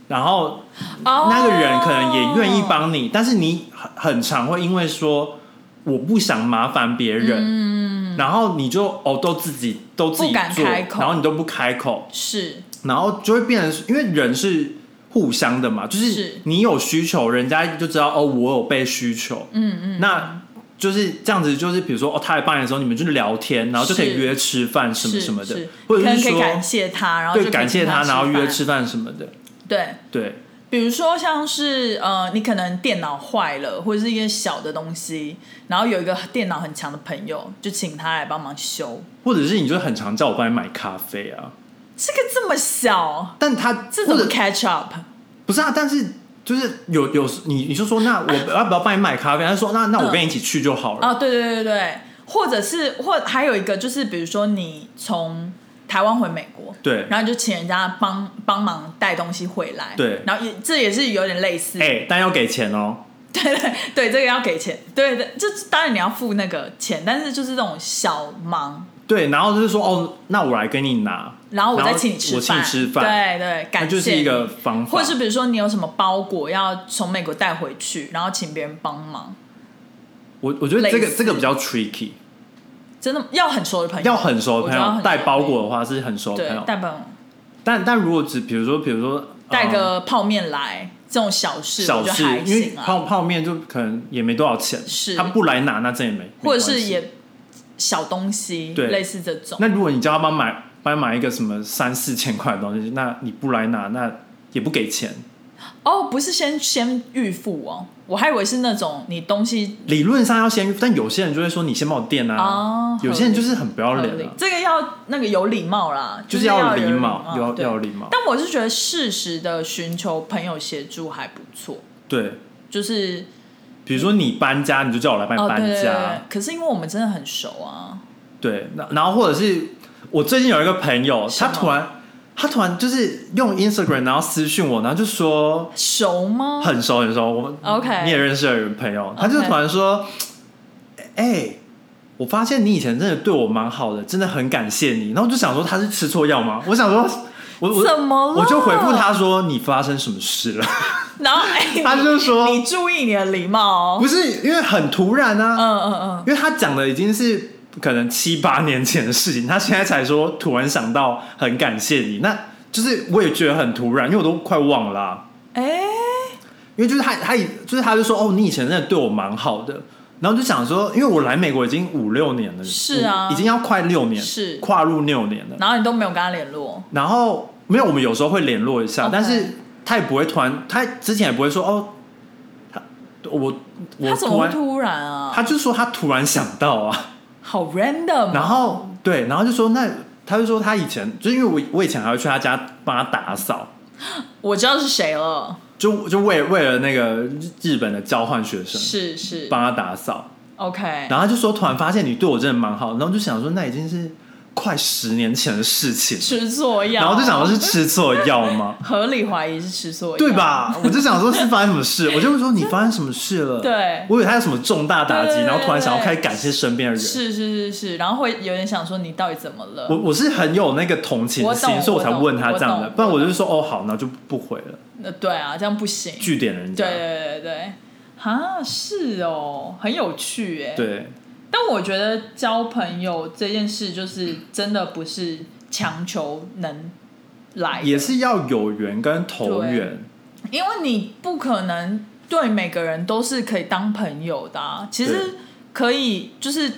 [SPEAKER 2] 然后
[SPEAKER 1] 哦
[SPEAKER 2] 那个人可能也愿意，帮你，但是你很很常会因为说我不想麻烦别人，然后你就哦都自己都自
[SPEAKER 1] 嗯
[SPEAKER 2] 己
[SPEAKER 1] 不敢
[SPEAKER 2] 做，
[SPEAKER 1] 开口
[SPEAKER 2] 然后你都不开口，
[SPEAKER 1] 是
[SPEAKER 2] 然后就会变成，因为人是互相的嘛，就是
[SPEAKER 1] 是
[SPEAKER 2] 你有需求，人家就知道哦，我有被需求，
[SPEAKER 1] 嗯嗯，
[SPEAKER 2] 那就是这样子，就是比如说哦，他来帮你的时候，你们就聊天，然后就可
[SPEAKER 1] 是
[SPEAKER 2] 以约吃饭什么
[SPEAKER 1] 是
[SPEAKER 2] 什么的
[SPEAKER 1] 是，
[SPEAKER 2] 或
[SPEAKER 1] 可
[SPEAKER 2] 者
[SPEAKER 1] 能
[SPEAKER 2] 是
[SPEAKER 1] 可以
[SPEAKER 2] 说
[SPEAKER 1] 感谢他，然后就可
[SPEAKER 2] 对
[SPEAKER 1] 以
[SPEAKER 2] 感谢
[SPEAKER 1] 请他
[SPEAKER 2] 他，
[SPEAKER 1] 吃
[SPEAKER 2] 然后约
[SPEAKER 1] 饭
[SPEAKER 2] 吃饭什么的，
[SPEAKER 1] 对。
[SPEAKER 2] 对
[SPEAKER 1] 比如说像是呃，你可能电脑坏了，或者是一些小的东西，然后有一个电脑很强的朋友，就请他来帮忙修。
[SPEAKER 2] 或者是你就很常叫我帮你买咖啡啊，
[SPEAKER 1] 这个这么小，
[SPEAKER 2] 但他
[SPEAKER 1] 这怎
[SPEAKER 2] 或
[SPEAKER 1] 么
[SPEAKER 2] 者
[SPEAKER 1] catch up？
[SPEAKER 2] 不是啊，但是。就是有有你你就说那我要不要帮你买咖啡？他说那那我
[SPEAKER 1] 嗯
[SPEAKER 2] 跟你一起去就好了。
[SPEAKER 1] 哦，对对对对对，或者是或还有一个就是，比如说你从台湾回美国，
[SPEAKER 2] 对
[SPEAKER 1] 然后你就请人家帮帮忙带东西回来，
[SPEAKER 2] 对
[SPEAKER 1] 然后也这也是有点类似，
[SPEAKER 2] 哎，但要给钱哦。
[SPEAKER 1] 对对对，这个要给钱，对对，就当然你要付那个钱，但是就是这种小忙，
[SPEAKER 2] 对，然后就是说哦，那我来跟你拿，
[SPEAKER 1] 然后我再请你吃饭，
[SPEAKER 2] 我请你吃饭，
[SPEAKER 1] 对对，
[SPEAKER 2] 那
[SPEAKER 1] 感谢
[SPEAKER 2] 就是一个
[SPEAKER 1] 你，
[SPEAKER 2] 方法，
[SPEAKER 1] 或是比如说你有什么包裹要从美国带回去，然后请别人帮忙，
[SPEAKER 2] 我我觉得这个
[SPEAKER 1] 类似
[SPEAKER 2] 这个比较 tricky，
[SPEAKER 1] 真的要很熟的朋友，
[SPEAKER 2] 要很熟的
[SPEAKER 1] 我
[SPEAKER 2] 朋
[SPEAKER 1] 觉得要很
[SPEAKER 2] 友
[SPEAKER 1] 熟
[SPEAKER 2] 带包裹的话是很熟的
[SPEAKER 1] 对
[SPEAKER 2] 朋友，
[SPEAKER 1] 带本
[SPEAKER 2] 但但如果只比如说比如说
[SPEAKER 1] 带、
[SPEAKER 2] 呃
[SPEAKER 1] 个泡面来、这种小事，
[SPEAKER 2] 小
[SPEAKER 1] 我觉
[SPEAKER 2] 事
[SPEAKER 1] 得，还
[SPEAKER 2] 因为
[SPEAKER 1] 行
[SPEAKER 2] 泡
[SPEAKER 1] 啊，
[SPEAKER 2] 泡面就可能也没多少钱，
[SPEAKER 1] 是
[SPEAKER 2] 他不来拿那这也没，
[SPEAKER 1] 或者
[SPEAKER 2] 没关
[SPEAKER 1] 是
[SPEAKER 2] 系
[SPEAKER 1] 也小东西，
[SPEAKER 2] 对
[SPEAKER 1] 类似这种，
[SPEAKER 2] 那如果你叫他帮买帮买一个什么三四千块的东西，那你不来拿那也不给钱，
[SPEAKER 1] 哦，不是先先预付哦，我还以为是那种你东西
[SPEAKER 2] 理论上要先，但有些人就会说你先帮我垫啊，
[SPEAKER 1] 哦，
[SPEAKER 2] 有些人
[SPEAKER 1] 合
[SPEAKER 2] 就
[SPEAKER 1] 理
[SPEAKER 2] 是很不要
[SPEAKER 1] 合
[SPEAKER 2] 脸
[SPEAKER 1] 理
[SPEAKER 2] 啊，
[SPEAKER 1] 这个要那个有礼貌啦，
[SPEAKER 2] 就是要
[SPEAKER 1] 有
[SPEAKER 2] 礼貌，
[SPEAKER 1] 貌
[SPEAKER 2] 要
[SPEAKER 1] 对
[SPEAKER 2] 要礼貌，
[SPEAKER 1] 但我是觉得适时的寻求朋友协助还不错，
[SPEAKER 2] 对。
[SPEAKER 1] 就是
[SPEAKER 2] 比如说你搬家，你就叫我来帮
[SPEAKER 1] 哦
[SPEAKER 2] 你
[SPEAKER 1] 对
[SPEAKER 2] 搬
[SPEAKER 1] 对对对
[SPEAKER 2] 家，，
[SPEAKER 1] 可是因为我们真的很熟啊，
[SPEAKER 2] 对。那然后或者是我最近有一个朋友，
[SPEAKER 1] 什
[SPEAKER 2] 他
[SPEAKER 1] 么
[SPEAKER 2] 突然他突然就是用 Instagram 然后私讯我，然后就说
[SPEAKER 1] 熟吗？
[SPEAKER 2] 很熟很熟，我
[SPEAKER 1] OK
[SPEAKER 2] 你也认识的人朋友，他就突然说，哎、我发现你以前真的对我蛮好的，真的很感谢你。然后我就想说他是吃错药吗？我想说。我我
[SPEAKER 1] 怎么了
[SPEAKER 2] 我就回复他说你发生什么事了？
[SPEAKER 1] 然后哎，你
[SPEAKER 2] 他就说
[SPEAKER 1] 你注意你的礼貌哦，
[SPEAKER 2] 不是因为很突然啊，
[SPEAKER 1] 嗯嗯嗯，
[SPEAKER 2] 因为他讲的已经是可能七八年前的事情，他现在才说突然想到很感谢你，那就是我也觉得很突然，因为我都快忘了啊、
[SPEAKER 1] 哎，
[SPEAKER 2] 因为就是他他以就是他就说哦，你以前真的对我蛮好的，然后就想说，因为我来美国已经五六年了，
[SPEAKER 1] 是啊
[SPEAKER 2] 五已经要快六年，
[SPEAKER 1] 是
[SPEAKER 2] 跨入六年了，
[SPEAKER 1] 然后你都没有跟他联络，
[SPEAKER 2] 然后没有我们有时候会联络一下
[SPEAKER 1] OK
[SPEAKER 2] 但是他也不会突然，他之前也不会说哦，他我我
[SPEAKER 1] 他怎么
[SPEAKER 2] 突
[SPEAKER 1] 会突
[SPEAKER 2] 然。
[SPEAKER 1] 然啊？
[SPEAKER 2] 他就说他突然想到啊，
[SPEAKER 1] 好 random，哦
[SPEAKER 2] 然后对，然后就说那他就说他以前就是因为我我以前还会去他家帮他打扫，
[SPEAKER 1] 我知道是谁了，
[SPEAKER 2] 就就为为了那个日日本的交换学生
[SPEAKER 1] 是是
[SPEAKER 2] 帮他打扫，
[SPEAKER 1] ，OK，
[SPEAKER 2] 然后他就说突然发现你对我真的蛮好，然后就想说那已经是快十年前的事情，
[SPEAKER 1] 吃错药，？
[SPEAKER 2] 然后就想说是吃错药吗
[SPEAKER 1] 合理怀疑是吃错药，
[SPEAKER 2] 对？吧？我就想说是发生什么 事，我就会说你发生什么事了？
[SPEAKER 1] 对
[SPEAKER 2] 我以为他有什么重大打
[SPEAKER 1] 对
[SPEAKER 2] 击，
[SPEAKER 1] 对对
[SPEAKER 2] 然后突然想要
[SPEAKER 1] 对
[SPEAKER 2] 开始感谢身边的人。
[SPEAKER 1] 是是是是，然后会有点想说你到底怎么了
[SPEAKER 2] 我？我是很有那个同情
[SPEAKER 1] 我懂
[SPEAKER 2] 心，所以我才
[SPEAKER 1] 我懂
[SPEAKER 2] 问他这样
[SPEAKER 1] 我
[SPEAKER 2] 的，
[SPEAKER 1] 懂
[SPEAKER 2] 不然我就说哦好，那就不回了。
[SPEAKER 1] 呃，对啊，这样不行。
[SPEAKER 2] 据点人家。
[SPEAKER 1] 对对对对对，啊，是哦，很有趣哎。
[SPEAKER 2] 对
[SPEAKER 1] 但我觉得交朋友这件事，就是真的不是强求能来的，
[SPEAKER 2] 也是要有缘跟投缘。
[SPEAKER 1] 因为你不可能对每个人都是可以当朋友的、啊。其
[SPEAKER 2] 对
[SPEAKER 1] 实可以就是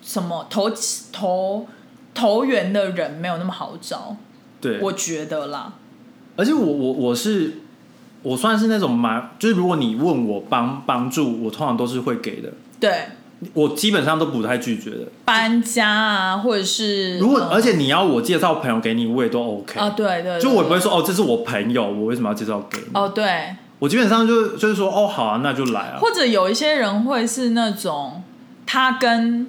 [SPEAKER 1] 什么投投投缘的人没有那么好找，
[SPEAKER 2] 对，
[SPEAKER 1] 我觉得啦。
[SPEAKER 2] 而且我我我是我算是那种蛮，就是如果你问我帮帮助，我通常都是会给的，
[SPEAKER 1] 对，
[SPEAKER 2] 我基本上都不太拒绝的。
[SPEAKER 1] 搬家啊，或者是
[SPEAKER 2] 如果、
[SPEAKER 1] 呃
[SPEAKER 2] 而且你要我介绍朋友给你，我也都 OK。
[SPEAKER 1] 啊，对对，对
[SPEAKER 2] 就我也不会说哦，这是我朋友，我为什么要介绍给你？
[SPEAKER 1] 哦，对，
[SPEAKER 2] 我基本上就就是说哦，好啊，那就来啊。
[SPEAKER 1] 或者有一些人会是那种，他跟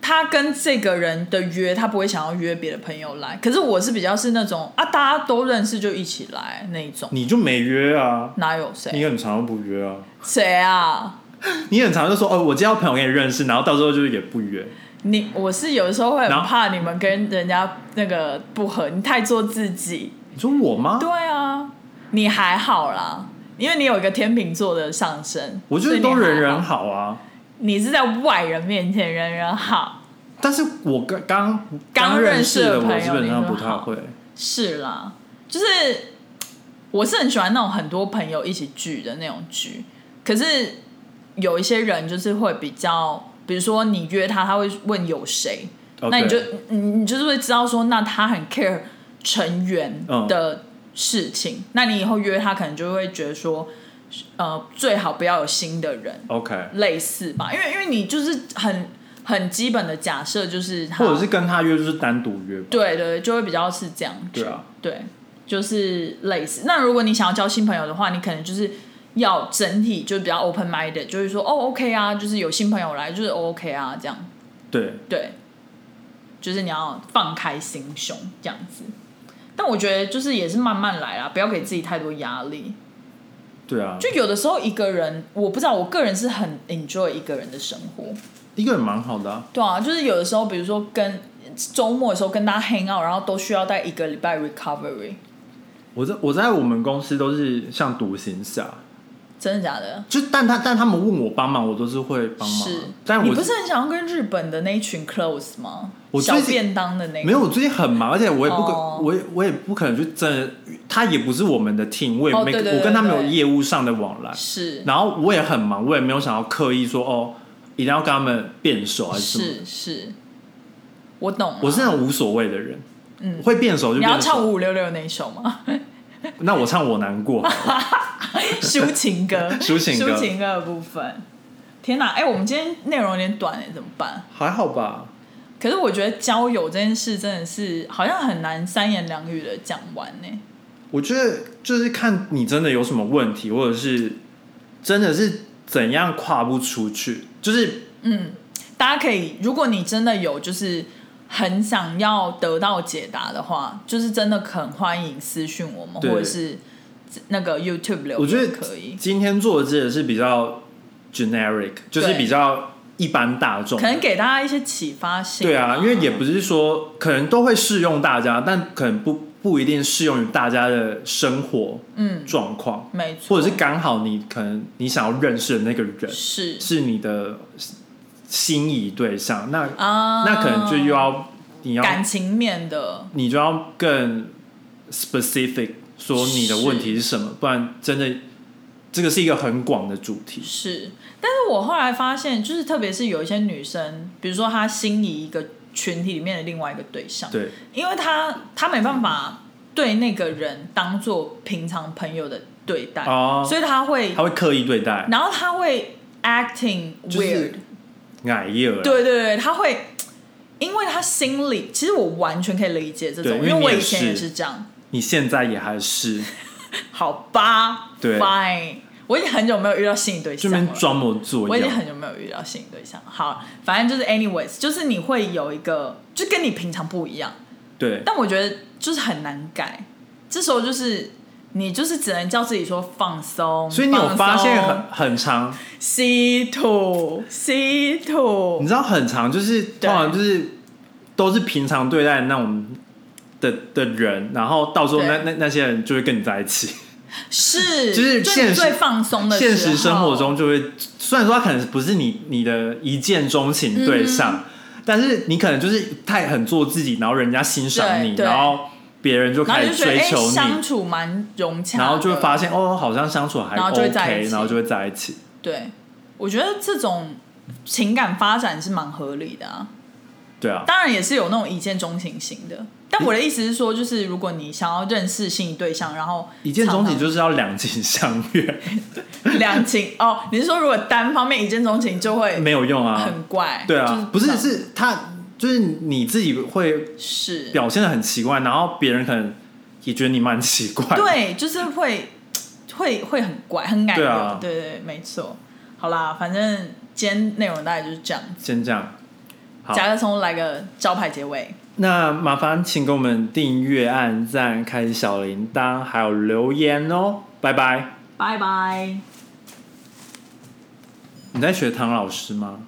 [SPEAKER 1] 他跟这个人的约，他不会想要约别的朋友来。可是我是比较是那种啊，大家都认识就一起来那一种，
[SPEAKER 2] 你就没约啊，
[SPEAKER 1] 哪有谁
[SPEAKER 2] 你很常都不约啊，
[SPEAKER 1] 谁啊？
[SPEAKER 2] 你很常就说哦，我介绍朋友给你认识，然后到时候就是也不约。
[SPEAKER 1] 你我是有的时候会很
[SPEAKER 2] 然后
[SPEAKER 1] 怕你们跟人家那个不合，你太做自己。
[SPEAKER 2] 你说我吗？
[SPEAKER 1] 对啊，你还好啦，因为你有一个天秤座的上升，
[SPEAKER 2] 我觉
[SPEAKER 1] 所以
[SPEAKER 2] 得
[SPEAKER 1] 你
[SPEAKER 2] 都人
[SPEAKER 1] 还
[SPEAKER 2] 人
[SPEAKER 1] 好，
[SPEAKER 2] 好啊，
[SPEAKER 1] 你是在外人面前人人好，
[SPEAKER 2] 但是我刚刚
[SPEAKER 1] 刚
[SPEAKER 2] 认
[SPEAKER 1] 认识
[SPEAKER 2] 识
[SPEAKER 1] 的
[SPEAKER 2] 的
[SPEAKER 1] 朋友
[SPEAKER 2] 我基本上
[SPEAKER 1] 你
[SPEAKER 2] 不
[SPEAKER 1] 很
[SPEAKER 2] 太
[SPEAKER 1] 好
[SPEAKER 2] 会。
[SPEAKER 1] 是啦，就是我是很喜欢那种很多朋友一起聚的那种聚，可是有一些人就是会比较，比如说你约他，他会问有谁
[SPEAKER 2] 哦
[SPEAKER 1] 那你就
[SPEAKER 2] 对
[SPEAKER 1] 你你就是会知道说，那他很 care 成员
[SPEAKER 2] 嗯
[SPEAKER 1] 的事情，那你以后约他可能就会觉得说，呃，最好不要有新的人，
[SPEAKER 2] OK，
[SPEAKER 1] 类似吧，因为因为你就是很很基本的假设就是他，
[SPEAKER 2] 或者是跟他约就是单独约吧。
[SPEAKER 1] 对对，就会比较是这样子。
[SPEAKER 2] 对啊，
[SPEAKER 1] 对，就是类似。那如果你想要交新朋友的话，你可能就是要整体就比较 open minded，就是说哦 OK 啊，就是有新朋友来就是 OK 啊这样。
[SPEAKER 2] 对，
[SPEAKER 1] 对，就是你要放开心胸这样子。但我觉得就是也是慢慢来啦，不要给自己太多压力。
[SPEAKER 2] 对啊，
[SPEAKER 1] 就有的时候一个人，我不知道，我个人是很 enjoy 一个人的生活。
[SPEAKER 2] 一个人蛮好的、啊。
[SPEAKER 1] 对啊，就是有的时候，比如说跟周末的时候跟大家 hang out，然后都需要带一个礼拜 recovery，
[SPEAKER 2] 我在我在我们公司都是像独行侠，
[SPEAKER 1] 真的假的？
[SPEAKER 2] 就但他但他们问我帮忙，我都是会帮忙啊。
[SPEAKER 1] 是，
[SPEAKER 2] 但
[SPEAKER 1] 你
[SPEAKER 2] 我
[SPEAKER 1] 不是很想要跟日本的那一群 close 吗？
[SPEAKER 2] 我最
[SPEAKER 1] 小
[SPEAKER 2] 近
[SPEAKER 1] 便当的那个
[SPEAKER 2] 没有，我最近很忙，而且我也不可，
[SPEAKER 1] 哦
[SPEAKER 2] 我也我也不可能去真的，他也不是我们的 team，我也
[SPEAKER 1] 哦
[SPEAKER 2] 没、
[SPEAKER 1] 对对对
[SPEAKER 2] 我跟他没有
[SPEAKER 1] 对
[SPEAKER 2] 业务上的往来，
[SPEAKER 1] 是
[SPEAKER 2] 然后我也很忙，我也没有想要刻意说哦，一定要跟他们变熟还是什么。
[SPEAKER 1] 是是，我懂了。
[SPEAKER 2] 我是那种无所谓的人，嗯，会变熟就
[SPEAKER 1] 你
[SPEAKER 2] 变
[SPEAKER 1] 要
[SPEAKER 2] 熟。
[SPEAKER 1] 唱五五六六那一首 吗？
[SPEAKER 2] 那我唱我 难过，
[SPEAKER 1] 抒情歌，
[SPEAKER 2] 抒情歌
[SPEAKER 1] 抒情歌的部分。天哪，哎、我们今天内容有点短哎、怎么办？
[SPEAKER 2] 还好吧？
[SPEAKER 1] 可是我觉得交友这件事真的是好像很难三言两语的讲完欸呢、
[SPEAKER 2] 我觉得就是看你真的有什么问题，或者是真的是怎样跨不出去，就是
[SPEAKER 1] 大家可以，如果你真的有就是很想要得到解答的话，就是真的很欢迎私讯我们，
[SPEAKER 2] 对
[SPEAKER 1] 或者是那个 YouTube 留言，
[SPEAKER 2] 我觉得
[SPEAKER 1] 可以。
[SPEAKER 2] 今天做的这也是比较 generic，就是比较一般大众
[SPEAKER 1] 可。能给大家一些启发性。
[SPEAKER 2] 对啊，因为也不是说可能都会适用大家，但可能不不一定适用于大家的生活
[SPEAKER 1] 嗯，
[SPEAKER 2] 状况，
[SPEAKER 1] 没错，
[SPEAKER 2] 或者是刚好你可能你想要认识的那个人
[SPEAKER 1] 是
[SPEAKER 2] 是你的心仪对象，那、
[SPEAKER 1] 啊，
[SPEAKER 2] 那可能就又要你要
[SPEAKER 1] 感情面的，
[SPEAKER 2] 你就要更 specific 说你的问题是什么，不然真的这个是一个很广的主题。
[SPEAKER 1] 是。但是我后来发现，就是特别是有一些女生，比如说她心仪一个群体里面的另外一个对象，
[SPEAKER 2] 对，
[SPEAKER 1] 因为他他没办法对那个人当做平常朋友的对待，
[SPEAKER 2] 哦
[SPEAKER 1] 所以他会
[SPEAKER 2] 他，会刻意对待
[SPEAKER 1] 然后他会 acting weird，、
[SPEAKER 2] 就是矮啊叶儿，
[SPEAKER 1] 对对对，他会，因为他心里其实我完全可以理解这种，因
[SPEAKER 2] 对因为
[SPEAKER 1] 为我以
[SPEAKER 2] 你
[SPEAKER 1] 前
[SPEAKER 2] 也
[SPEAKER 1] 也
[SPEAKER 2] 是
[SPEAKER 1] 是这样，
[SPEAKER 2] 你现在也还是
[SPEAKER 1] 好吧，
[SPEAKER 2] 对
[SPEAKER 1] ，fine，我已经很久没有遇到心理对
[SPEAKER 2] 这
[SPEAKER 1] 象
[SPEAKER 2] 边
[SPEAKER 1] 了。
[SPEAKER 2] 装模作
[SPEAKER 1] 我已经
[SPEAKER 2] 样。
[SPEAKER 1] 很久没有遇到心理对象，好，反正就是 anyways，就是你会有一个，就跟你平常不一样，
[SPEAKER 2] 对，
[SPEAKER 1] 但我觉得就是很难改，这时候就是你就是只能叫自己说放松，
[SPEAKER 2] 所以你有
[SPEAKER 1] 放松
[SPEAKER 2] 发现很很长，
[SPEAKER 1] 吸吐吸吐
[SPEAKER 2] 你，知道很长，就是通常就是都是平常对待那种的的人，然后到时候那
[SPEAKER 1] 对
[SPEAKER 2] 那那些人就会跟你在一起，
[SPEAKER 1] 是
[SPEAKER 2] 就是
[SPEAKER 1] 就
[SPEAKER 2] 现
[SPEAKER 1] 你
[SPEAKER 2] 实
[SPEAKER 1] 最放松的时候
[SPEAKER 2] 现实生活中就会虽然说他可能不是你你的一见钟情对
[SPEAKER 1] 嗯
[SPEAKER 2] 象，但是你可能就是太很做自己，然后人家欣赏你，
[SPEAKER 1] 对对
[SPEAKER 2] 然后别人就
[SPEAKER 1] 然后
[SPEAKER 2] 开
[SPEAKER 1] 你就
[SPEAKER 2] 始
[SPEAKER 1] 觉得
[SPEAKER 2] 追
[SPEAKER 1] 哎、
[SPEAKER 2] 求你，
[SPEAKER 1] 相处蛮融洽的，
[SPEAKER 2] 然后就会发现哦，好像相处还
[SPEAKER 1] 然后就会在一
[SPEAKER 2] OK，
[SPEAKER 1] 起
[SPEAKER 2] 然后就会在一起。
[SPEAKER 1] 对，我觉得这种情感发展是蛮合理的啊。
[SPEAKER 2] 对啊，
[SPEAKER 1] 当然也是有那种一见钟情型的，但我的意思是说，就是如果你想要认识心仪对象，然后
[SPEAKER 2] 一见钟情
[SPEAKER 1] 常
[SPEAKER 2] 就是要两情相悦，
[SPEAKER 1] 常 两情哦，你是说如果单方面一见钟情就会
[SPEAKER 2] 没有用啊。
[SPEAKER 1] 很怪？
[SPEAKER 2] 对
[SPEAKER 1] 就是
[SPEAKER 2] 啊，不是
[SPEAKER 1] 浪
[SPEAKER 2] 是他就是你自己会
[SPEAKER 1] 是
[SPEAKER 2] 表现的很奇怪，然后别人可能也觉得你蛮奇怪。，
[SPEAKER 1] 对，就是会会会很怪，很感
[SPEAKER 2] 对
[SPEAKER 1] 人。
[SPEAKER 2] 啊
[SPEAKER 1] 对对，没错。好啦，反正今天内容大概就是这样。
[SPEAKER 2] 先这样。好
[SPEAKER 1] 夹个葱来个招牌结尾，
[SPEAKER 2] 那麻烦请给我们订阅、按赞、开小铃铛，还有留言哦。拜拜！
[SPEAKER 1] 拜拜。
[SPEAKER 2] 你在学唐老师吗？